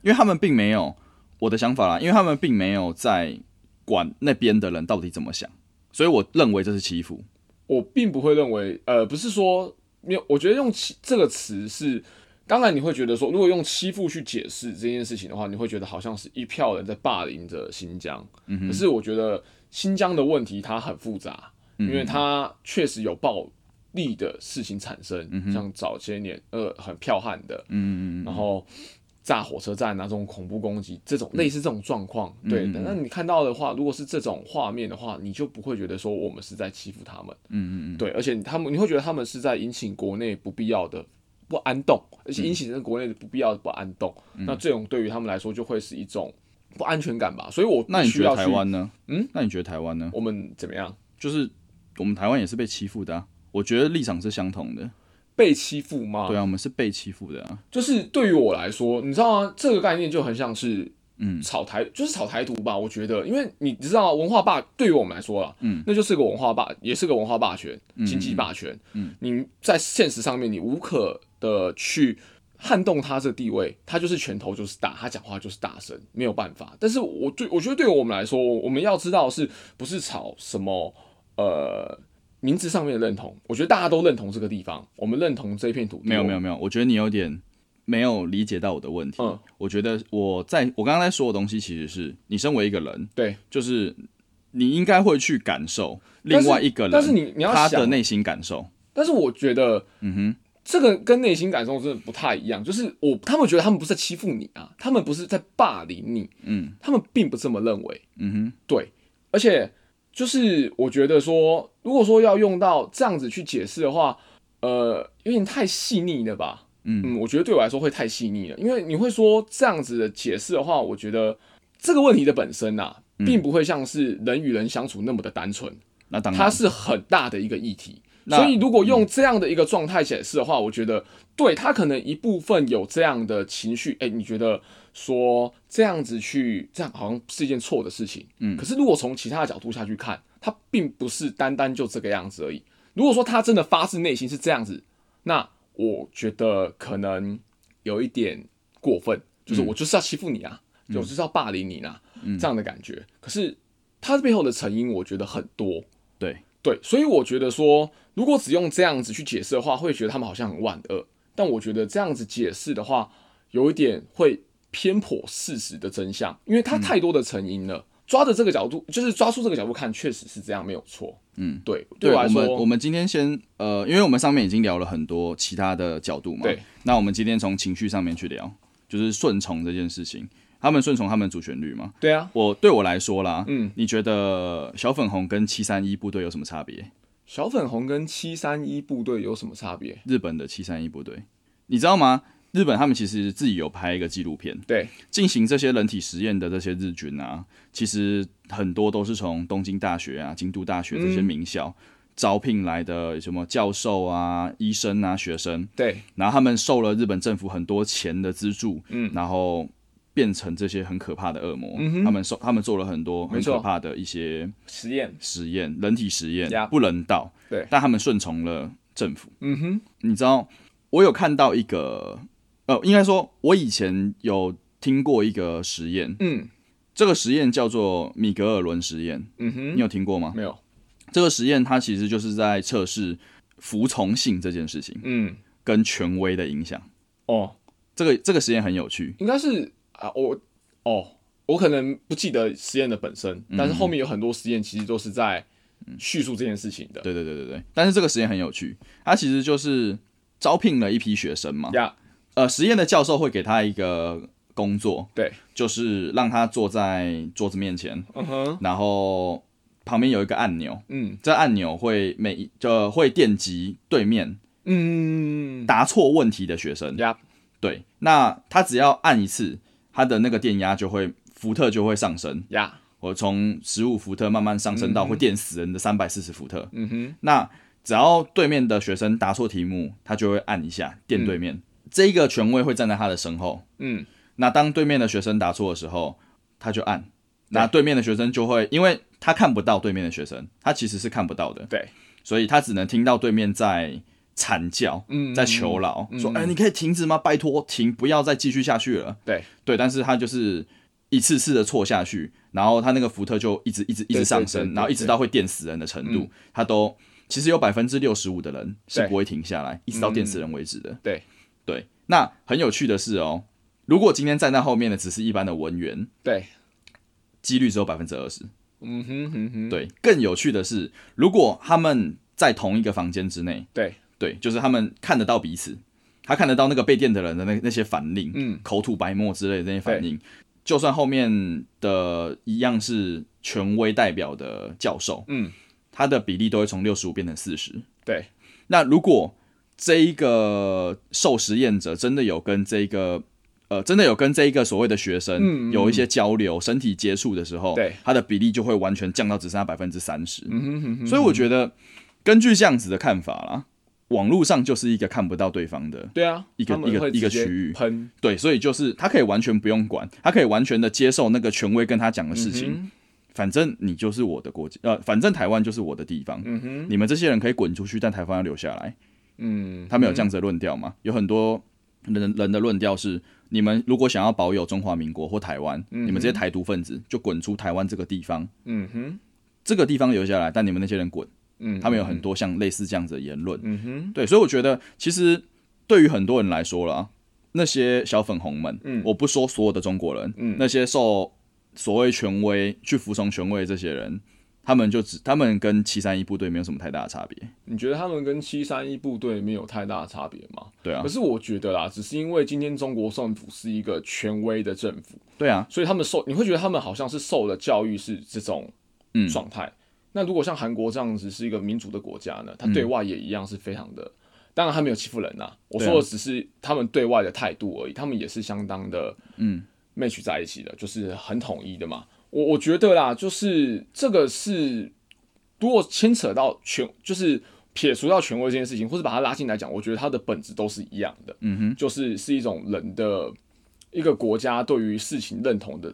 Speaker 1: 因为他们并没有我的想法啦，因为他们并没有在管那边的人到底怎么想，所以我认为这是欺负，
Speaker 2: 我并不会认为，呃，不是说没有，我觉得用欺这个词是。当然，你会觉得说，如果用欺负去解释这件事情的话，你会觉得好像是一票人在霸凌着新疆。
Speaker 1: 嗯
Speaker 2: 可
Speaker 1: 哼，
Speaker 2: 是我觉得新疆的问题它很复杂，
Speaker 1: 嗯
Speaker 2: 因为它确实有暴力的事情产生，
Speaker 1: 嗯
Speaker 2: 像早些年呃很剽悍的，
Speaker 1: 嗯嗯
Speaker 2: 然后炸火车站啊这种恐怖攻击，这种
Speaker 1: 嗯
Speaker 2: 类似这种状况，对。那你看到的话，如果是这种画面的话，你就不会觉得说我们是在欺负他们，
Speaker 1: 嗯嗯嗯，
Speaker 2: 对，而且他们你会觉得他们是在引起国内不必要的不安动，而
Speaker 1: 嗯
Speaker 2: 且引起这个国内的不必要的不安动，那这种对于他们来说就会是一种不安全感吧。所以我
Speaker 1: 那你
Speaker 2: 需
Speaker 1: 觉
Speaker 2: 要
Speaker 1: 得
Speaker 2: 去
Speaker 1: 台湾呢？
Speaker 2: 嗯，
Speaker 1: 那你觉得台湾呢？
Speaker 2: 我们怎么样
Speaker 1: 就是我们台湾也是被欺负的、啊，我觉得立场是相同的。
Speaker 2: 被欺负吗？
Speaker 1: 对啊，我们是被欺负的啊。
Speaker 2: 就是对于我来说，你知道吗？这个概念就很像是，
Speaker 1: 嗯
Speaker 2: 炒台就是炒台独吧。我觉得，因为你知道，文化霸对于我们来说啦，
Speaker 1: 嗯，
Speaker 2: 那就是个文化霸，也是个文化霸权、经济霸权。
Speaker 1: 嗯，
Speaker 2: 你在现实上面，你无可的去撼动他这地位，他就是拳头就是大，他讲话就是大声，没有办法。但是我对我觉得对于我们来说，我们要知道是不是炒什么呃。名字上面的认同，我觉得大家都认同这个地方，我们认同这片土地。
Speaker 1: 没有没
Speaker 2: 有，
Speaker 1: 有没有，我觉得你有点没有理解到我的问题。
Speaker 2: 嗯
Speaker 1: 我觉得我在我刚刚在说的东西，其实是你身为一个人，
Speaker 2: 对，
Speaker 1: 就是你应该会去感受另外一个人，
Speaker 2: 但是你你要
Speaker 1: 他的
Speaker 2: 想
Speaker 1: 内心感受。
Speaker 2: 但是我觉得
Speaker 1: 嗯哼，
Speaker 2: 这个跟内心感受真的不太一样。就是我他们觉得他们不是在欺负你啊，他们不是在霸凌你，
Speaker 1: 嗯
Speaker 2: 他们并不这么认为。
Speaker 1: 嗯哼，
Speaker 2: 对，而且就是我觉得说，如果说要用到这样子去解释的话，呃，有点太细腻了吧？
Speaker 1: 嗯
Speaker 2: 嗯，我觉得对我来说会太细腻了，因为你会说这样子的解释的话，我觉得这个问题的本身呐、啊，
Speaker 1: 嗯
Speaker 2: 并不会像是人与人相处那么的单纯。
Speaker 1: 那当
Speaker 2: 它
Speaker 1: 然，
Speaker 2: 是很大的一个议题。
Speaker 1: 那
Speaker 2: 所以，如果用这样的一个状态解释的话，我觉得对他可能一部分有这样的情绪。哎、你觉得说这样子去，这样好像是一件错的事情。
Speaker 1: 嗯
Speaker 2: 可是如果从其他的角度下去看，他并不是单单就这个样子而已。如果说他真的发自内心是这样子，那我觉得可能有一点过分，
Speaker 1: 嗯
Speaker 2: 就是我就是要欺负你啊，就我就是要霸凌你啦、这样的感觉。可是他背后的成因，我觉得很多。
Speaker 1: 对，
Speaker 2: 对，所以我觉得说，如果只用这样子去解释的话，会觉得他们好像很万恶。但我觉得这样子解释的话，有一点会偏颇事实的真相，因为它太多的成因了。抓着这个角度，就是抓出这个角度看，确实是这样，没有错。
Speaker 1: 嗯，
Speaker 2: 对，
Speaker 1: 对
Speaker 2: 我来
Speaker 1: 我们，我
Speaker 2: 说，
Speaker 1: 们今天先呃，因为我们上面已经聊了很多其他的角度嘛，
Speaker 2: 对。
Speaker 1: 那我们今天从情绪上面去聊，就是顺从这件事情，他们顺从他们主旋律嘛。
Speaker 2: 对啊，
Speaker 1: 我对我来说啦，
Speaker 2: 嗯，
Speaker 1: 你觉得小粉红跟七三一部队有什么差别？
Speaker 2: 小粉红跟七三一部队有什么差别？
Speaker 1: 日本的七三一部队，你知道吗？日本他们其实自己有拍一个纪录片，
Speaker 2: 对，
Speaker 1: 进行这些人体实验的这些日军啊，其实很多都是从东京大学啊、京都大学
Speaker 2: 嗯
Speaker 1: 这些名校、招聘来的什么教授啊、医生啊、学生，
Speaker 2: 对，
Speaker 1: 然后他们受了日本政府很多钱的资助，
Speaker 2: 嗯，
Speaker 1: 然后变成这些很可怕的恶魔。
Speaker 2: 嗯哼
Speaker 1: 他们受他们做了很多
Speaker 2: 没
Speaker 1: 很
Speaker 2: 错
Speaker 1: 可怕的一些
Speaker 2: 实验，
Speaker 1: 实验，人体实验
Speaker 2: Yeah
Speaker 1: 不人道，
Speaker 2: 对
Speaker 1: 但他们顺从了政府。
Speaker 2: 嗯哼，
Speaker 1: 你知道，我有看到一个，呃，应该说，我以前有听过一个实验，
Speaker 2: 嗯
Speaker 1: 这个实验叫做米格尔伦实验，
Speaker 2: 嗯哼，
Speaker 1: 你有听过吗？
Speaker 2: 没有，
Speaker 1: 这个实验它其实就是在测试服从性这件事情
Speaker 2: 嗯，
Speaker 1: 跟权威的影响。
Speaker 2: 哦，
Speaker 1: 这个这个实验很有趣，
Speaker 2: 应该是啊，我哦，我可能不记得实验的本身，
Speaker 1: 嗯
Speaker 2: 但是后面有很多实验其实都是在叙述这件事情的。
Speaker 1: 对对对对对。但是这个实验很有趣，它其实就是招聘了一批学生嘛，
Speaker 2: 呀，
Speaker 1: 呃，实验的教授会给他一个工作，
Speaker 2: 对，
Speaker 1: 就是让他坐在桌子面前，
Speaker 2: 嗯哼，
Speaker 1: 然后旁边有一个按钮，
Speaker 2: 嗯
Speaker 1: 这按钮会每一就会电击对面
Speaker 2: 嗯，
Speaker 1: 答错问题的学生。
Speaker 2: 呀，
Speaker 1: 对，那他只要按一次，他的那个电压就会伏特就会上升，
Speaker 2: 呀，
Speaker 1: 我从十五伏特慢慢上升到会电死人的三百四十伏特。
Speaker 2: 嗯哼，
Speaker 1: 那只要对面的学生答错题目，他就会按一下电对面，这一个权威会站在他的身后。
Speaker 2: 嗯
Speaker 1: 那当对面的学生答错的时候，他就按，那对面的学生就会，因为他看不到对面的学生，他其实是看不到的，
Speaker 2: 对，
Speaker 1: 所以他只能听到对面在惨叫，
Speaker 2: 嗯
Speaker 1: 在求饶，
Speaker 2: 嗯
Speaker 1: 说：“
Speaker 2: 嗯
Speaker 1: 哎、你可以停止吗？拜托，停，不要再继续下去了。”
Speaker 2: 对
Speaker 1: 对，但是他就是一次次的错下去，然后他那个福特就一直一直一直上
Speaker 2: 对对对嗯
Speaker 1: 升，
Speaker 2: 对
Speaker 1: 然后一直到会电死人的程度，他都其实有百分之六十五的人是
Speaker 2: 对嗯
Speaker 1: 不会停下来，一直到电死人为止的。
Speaker 2: 对
Speaker 1: 对，那很有趣的是哦，如果今天站在后面的只是一般的文员，
Speaker 2: 对，
Speaker 1: 几率只有百分之二十。
Speaker 2: 嗯哼哼哼，
Speaker 1: 对，更有趣的是，如果他们在同一个房间之内，
Speaker 2: 对
Speaker 1: 对，就是他们看得到彼此，他看得到那个被电的人的那那些反应，
Speaker 2: 嗯，
Speaker 1: 口吐白沫之类的那些反应，就算后面的一样是权威代表的教授，
Speaker 2: 嗯，
Speaker 1: 他的比例都会从六十五变成四十。
Speaker 2: 对，
Speaker 1: 那如果这一个受实验者真的有跟这一个呃，真的有跟这一个所谓的学
Speaker 2: 嗯嗯
Speaker 1: 生
Speaker 2: 嗯
Speaker 1: 有一些交流、身体接触的时候，
Speaker 2: 对
Speaker 1: 他的比例就会完全降到只剩下百分之三十。
Speaker 2: 嗯哼哼哼，
Speaker 1: 所以我觉得，根据这样子的看法啦，网络上就是一个看不到对方的，
Speaker 2: 对啊，
Speaker 1: 一个
Speaker 2: 他们
Speaker 1: 一个
Speaker 2: 会
Speaker 1: 一个
Speaker 2: 直接
Speaker 1: 区域
Speaker 2: 喷
Speaker 1: 对，所以就是他可以完全不用管，他可以完全的接受那个权威跟他讲的事情，，
Speaker 2: 嗯
Speaker 1: 反正你就是我的国家，呃，反正台湾就是我的地方，
Speaker 2: 嗯哼，
Speaker 1: 你们这些人可以滚出去，但台湾要留下来。
Speaker 2: 嗯，
Speaker 1: 他们有这样子的论调吗？有很多人人的论调是：你们如果想要保有中华民国或台湾，
Speaker 2: 嗯哼
Speaker 1: 你们这些台独分子就滚出台湾这个地方，
Speaker 2: 嗯哼，
Speaker 1: 这个地方留下来，但你们那些人滚。
Speaker 2: 嗯，
Speaker 1: 他们有很，多像类似这样子的言论。
Speaker 2: 嗯哼，
Speaker 1: 对，所以我觉得其实对于很多人来说啦，那些小粉红们，
Speaker 2: 嗯
Speaker 1: 我不说所有的中国人，
Speaker 2: 嗯
Speaker 1: 那些受所谓权威去服从权威的这些人，他们就只他们跟七三一部队没有什么太大的差别。
Speaker 2: 你觉得他们跟七三一部队没有太大的差别吗？
Speaker 1: 对啊
Speaker 2: 可，是我觉得啦，只是因为今天中国政府是一个权威的政府，
Speaker 1: 对啊，
Speaker 2: 所以他们受你会觉得他们好像是受的教育是这种
Speaker 1: 嗯
Speaker 2: 状态。那如果像韩国这样子是一个民主的国家呢，他
Speaker 1: 嗯
Speaker 2: 对外也一样是非常的，当然他没有欺负人呐、我
Speaker 1: 对啊
Speaker 2: 说的只是他们对外的态度而已，他们也是相当的
Speaker 1: 嗯
Speaker 2: match 在一起的，就是很统一的嘛。我我觉得啦，就是这个是如果牵扯到权，就是撇除到权威这件事情，或是把它拉进来讲，我觉得它的本质都是一样的，
Speaker 1: 嗯哼，
Speaker 2: 就是是一种人的一个国家对于事情认同的，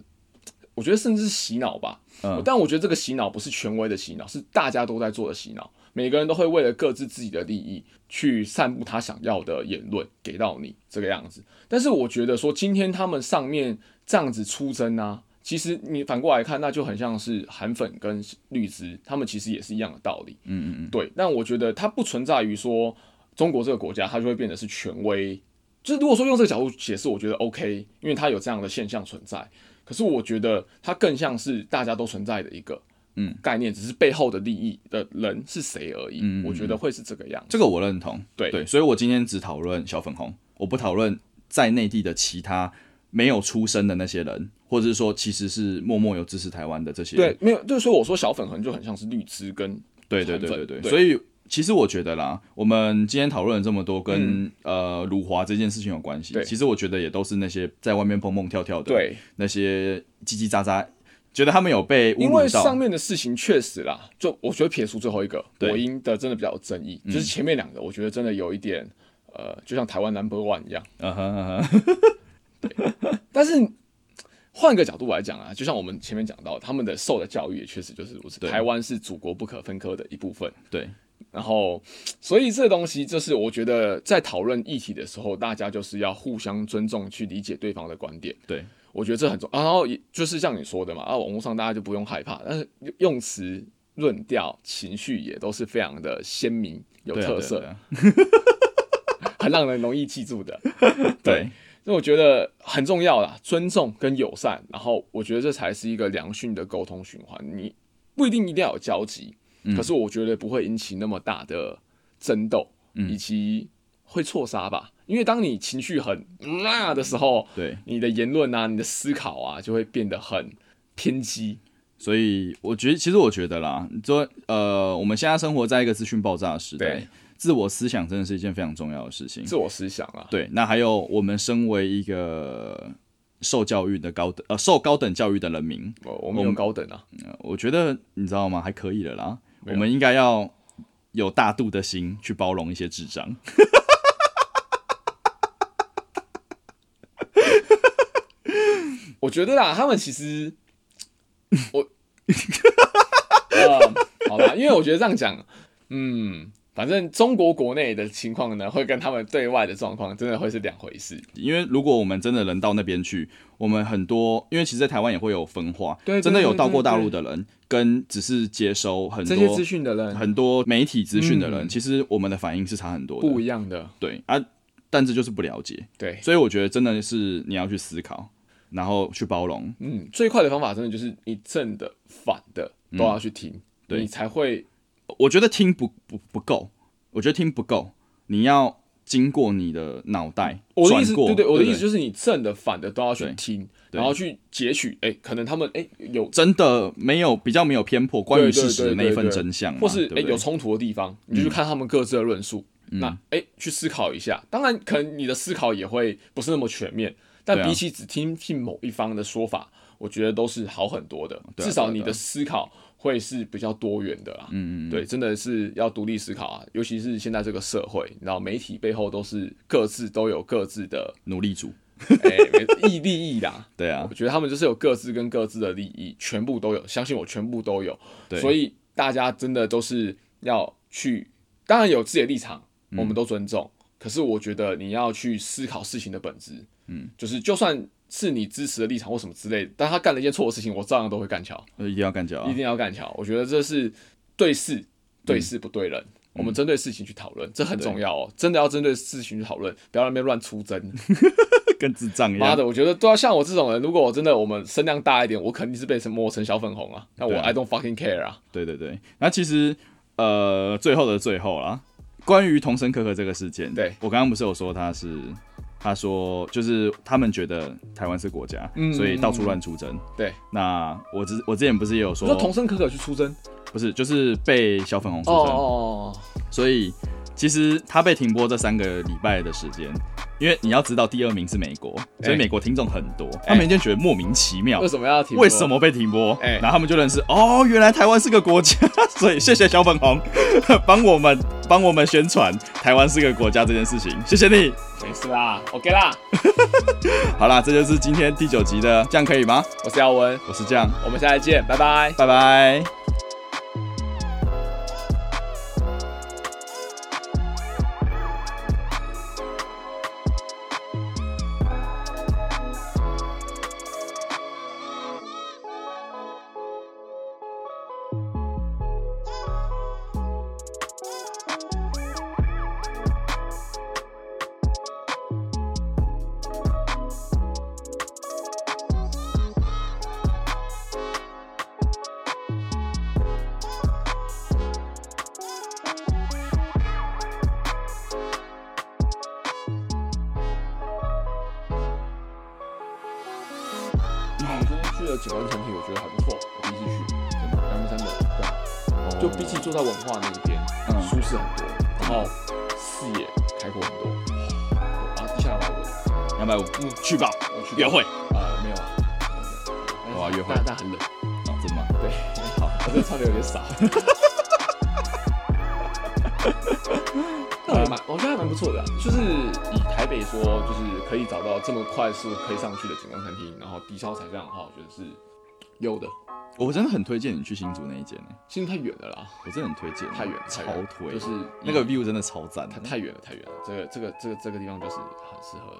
Speaker 2: 我觉得甚至是洗脑吧。
Speaker 1: 嗯
Speaker 2: 但我觉得这个洗脑不是权威的洗脑，是大家都在做的洗脑，每个人都会为了各自自己的利益去散布他想要的言论给到你这个样子。但是我觉得说，今天他们上面这样子出征啊，其实你反过来看，那就很像是韩粉跟绿枝，他们其实也是一样的道理。
Speaker 1: 嗯嗯嗯，
Speaker 2: 对，但我觉得它不存在于说中国这个国家，它就会变得是权威。就是如果说用这个角度解释，我觉得 OK，因为它有这样的现象存在。可是我觉得它更像是大家都存在的一个
Speaker 1: 嗯
Speaker 2: 概念，只是背后的利益的人是谁而已。
Speaker 1: 嗯
Speaker 2: 我觉得会是这个样子。
Speaker 1: 这个我认同。
Speaker 2: 对
Speaker 1: 对，所以我今天只讨论小粉红，我不讨论在内地的其他没有出生的那些人，或者是说其实是默默有支持台湾的这些
Speaker 2: 对，没有，就是说我说小粉红就很像是绿枝跟
Speaker 1: 对对对对
Speaker 2: 成分
Speaker 1: 对，
Speaker 2: 对
Speaker 1: 所以其实我觉得啦，我们今天讨论了这么多跟、呃辱华这件事情有关系
Speaker 2: 嗯对，
Speaker 1: 其实我觉得也都是那些在外面蹦蹦跳跳的，，
Speaker 2: 对，
Speaker 1: 那些叽叽喳喳，觉得他们有被侮
Speaker 2: 因为
Speaker 1: 辱
Speaker 2: 上
Speaker 1: 到，
Speaker 2: 面的事情确实啦，就我觉得撇除最后一个
Speaker 1: 对嗯
Speaker 2: 国音的真的比较有争议，就是前面两个我觉得真的有一点呃，就像台湾 number one 一样。
Speaker 1: 嗯哼嗯哼，
Speaker 2: 但是换个角度来讲啊，就像我们前面讲到，他们的受的教育也确实就是如此。
Speaker 1: 对
Speaker 2: 台湾是祖国不可分割的一部分，
Speaker 1: 对，
Speaker 2: 然后所以这东西就是我觉得在讨论议题的时候，大家就是要互相尊重，去理解对方的观点。
Speaker 1: 对，
Speaker 2: 我觉得这很重要。啊然后也就是像你说的嘛，啊，网络上大家就不用害怕，但是用词、论调、情绪也都是非常的鲜明、有
Speaker 1: 对啊
Speaker 2: 特色，
Speaker 1: 对啊
Speaker 2: 很让人容易记住的。
Speaker 1: 对
Speaker 2: 所以我觉得很重要啦，尊重跟友善，然后我觉得这才是一个良性的沟通循环。你不一定一定要有交集，可是我觉得不会引起那么大的争斗，以及会错杀吧。因为当你情绪很那的时候，
Speaker 1: 对，
Speaker 2: 你的言论啊，你的思考啊，就会变得很偏激。
Speaker 1: 所以我觉得，其实我觉得啦，说呃，我们现在生活在一个资讯爆炸的时代
Speaker 2: 对，
Speaker 1: 自我思想真的是一件非常重要的事情，
Speaker 2: 自我思想啊，
Speaker 1: 对，那还有我们身为一个受教育的高等呃受高等教育的人民，
Speaker 2: 我我们有高等啊，
Speaker 1: 呃我觉得你知道吗？还可以了啦。我
Speaker 2: 没有
Speaker 1: 们应该要有大度的心去包容一些智障。
Speaker 2: 我觉得啦，他们 其实我，呃，好吧，因为我觉得这样讲，嗯，反正中国国内的情况呢，会跟他们对外的状况真的会是两回事。
Speaker 1: 因为如果我们真的人到那边去，我们很多，因为其实，在台湾也会有分化，
Speaker 2: 对对
Speaker 1: 真的有
Speaker 2: 对
Speaker 1: 到过
Speaker 2: 对
Speaker 1: 大陆的人，跟只是接收很
Speaker 2: 这些
Speaker 1: 多
Speaker 2: 资讯的人
Speaker 1: 很多媒体资讯的人，
Speaker 2: 嗯
Speaker 1: 其实我们的反应是差很多
Speaker 2: 不
Speaker 1: 的。
Speaker 2: 一样的，
Speaker 1: 对啊，但这就是不了解，
Speaker 2: 对，
Speaker 1: 所以我觉得真的是你要去思考，然后去包容，
Speaker 2: 嗯，最快的方法真的就是你正的、反的都要去听，
Speaker 1: 对
Speaker 2: 你才会
Speaker 1: 我觉得听不不不够，我觉得听不够，你要经过你的脑袋
Speaker 2: 我的
Speaker 1: 转
Speaker 2: 意思，
Speaker 1: 过，
Speaker 2: 对对，我的
Speaker 1: 不
Speaker 2: 意思就是你正的反的都要去
Speaker 1: 对
Speaker 2: 听，
Speaker 1: 对
Speaker 2: 然后去截取，哎、可能他们哎、有，
Speaker 1: 真的没有比较没有偏颇关于
Speaker 2: 对对
Speaker 1: 事实的
Speaker 2: 对
Speaker 1: 那
Speaker 2: 对
Speaker 1: 一份
Speaker 2: 对
Speaker 1: 真相嘛，
Speaker 2: 或是
Speaker 1: 对嗯
Speaker 2: 哎、
Speaker 1: 不对
Speaker 2: 有冲突的地方，你就去看他们各自的论述，那哎、去思考一下。当然，可能你的思考也会不是那么全面，但
Speaker 1: 对啊
Speaker 2: 比起只听信某一方的说法，我觉得都是好很多的，
Speaker 1: 对啊
Speaker 2: 至少你
Speaker 1: 对啊
Speaker 2: 的思考会是比较多元的啦。
Speaker 1: 嗯嗯嗯
Speaker 2: 对，真的是要独立思考啊，尤其是现在这个社会，你知道媒体背后都是各自都有各自的
Speaker 1: 努力组，
Speaker 2: 哎、利利益啦，
Speaker 1: 对啊
Speaker 2: 我，觉得他们就是有各自跟各自的利益，全部都有，相信我，全部都有。
Speaker 1: 对
Speaker 2: 所以大家真的都是要去，当然有自己的立场，
Speaker 1: 嗯
Speaker 2: 我们都尊重。可是我觉得你要去思考事情的本质，
Speaker 1: 嗯，
Speaker 2: 就是就算是你支持的立场或什么之类的，但他干了一件错的事情，我照样都会干桥，
Speaker 1: 一定要干掉啊
Speaker 2: 一， 定要干桥。我觉得这是对事对
Speaker 1: 嗯
Speaker 2: 事不对人。我们针对事情去讨论，这很重要哦。真的要针对事情去讨论，不要在那边乱 出征。
Speaker 1: 跟智障一
Speaker 2: 妈
Speaker 1: 样。
Speaker 2: 的，我觉得都要像我这种人，如果我真的我们声量大一点，我肯定是被磨成小粉红啊。那我
Speaker 1: 对啊
Speaker 2: I don't fucking care 啊。
Speaker 1: 对对对，那其实呃，最后的最后啦，关于童声可可这个事件，
Speaker 2: 对
Speaker 1: 我刚刚不是有说他是，他说就是他们觉得台湾是国家，
Speaker 2: 嗯
Speaker 1: 所以到处乱出征。
Speaker 2: 对，
Speaker 1: 那我之我之前不是也有
Speaker 2: 你
Speaker 1: 说
Speaker 2: 说，童声可可去出征？
Speaker 1: 不是就是被小粉红出
Speaker 2: 哦
Speaker 1: 征，
Speaker 2: 哦哦，
Speaker 1: 所以其实他被停播这三个礼拜的时间。因为你要知道，第二名是美国，所以
Speaker 2: 哎
Speaker 1: 美国听众很多，他们一定觉得莫名其妙，
Speaker 2: 为什么要停？
Speaker 1: 哦为什？么被停播？
Speaker 2: 哎
Speaker 1: 然后他们就认识哦，原来台湾是个国家， 所以谢谢小粉红 帮我们帮我们宣传台湾是个国家这件事情，谢谢你。
Speaker 2: 没事啦，OK 啦。
Speaker 1: 好啦，这就是今天第九集的，这样可以吗？
Speaker 2: 我是耀文，
Speaker 1: 我是这样，
Speaker 2: 我们下次见，拜拜。
Speaker 1: 拜拜。
Speaker 2: 我今天去了景观团体，我觉得还不错，我第一次去，真的，阳明山的，对，啊就比起坐在文化那一边，
Speaker 1: 嗯
Speaker 2: 舒适很多，然后视野开阔很多。对啊，接下来我
Speaker 1: 两百五，
Speaker 2: 嗯
Speaker 1: 去吧，
Speaker 2: 我去
Speaker 1: 约会。
Speaker 2: 啊没有啊，没有
Speaker 1: 哇约会
Speaker 2: 但但很冷。
Speaker 1: 哦，真的吗？
Speaker 2: 对，好，我这唱的有 点少。但我觉得呃蛮，我觉得还蛮不错的啊、就是以台北说，就是可以找到这么快速可以上去的景观餐厅，然后低消才这样的话，我觉得是有的。
Speaker 1: 我真的很推荐你去新竹那一间呢、
Speaker 2: 其实太远了啦，
Speaker 1: 我真的很推荐，
Speaker 2: 太远了，
Speaker 1: 超
Speaker 2: 太远了
Speaker 1: 推，
Speaker 2: 就是
Speaker 1: 那个
Speaker 2: 以
Speaker 1: view 真的超赞的，
Speaker 2: 太太远了，太远了。这个这个这个这个地方就是很适合。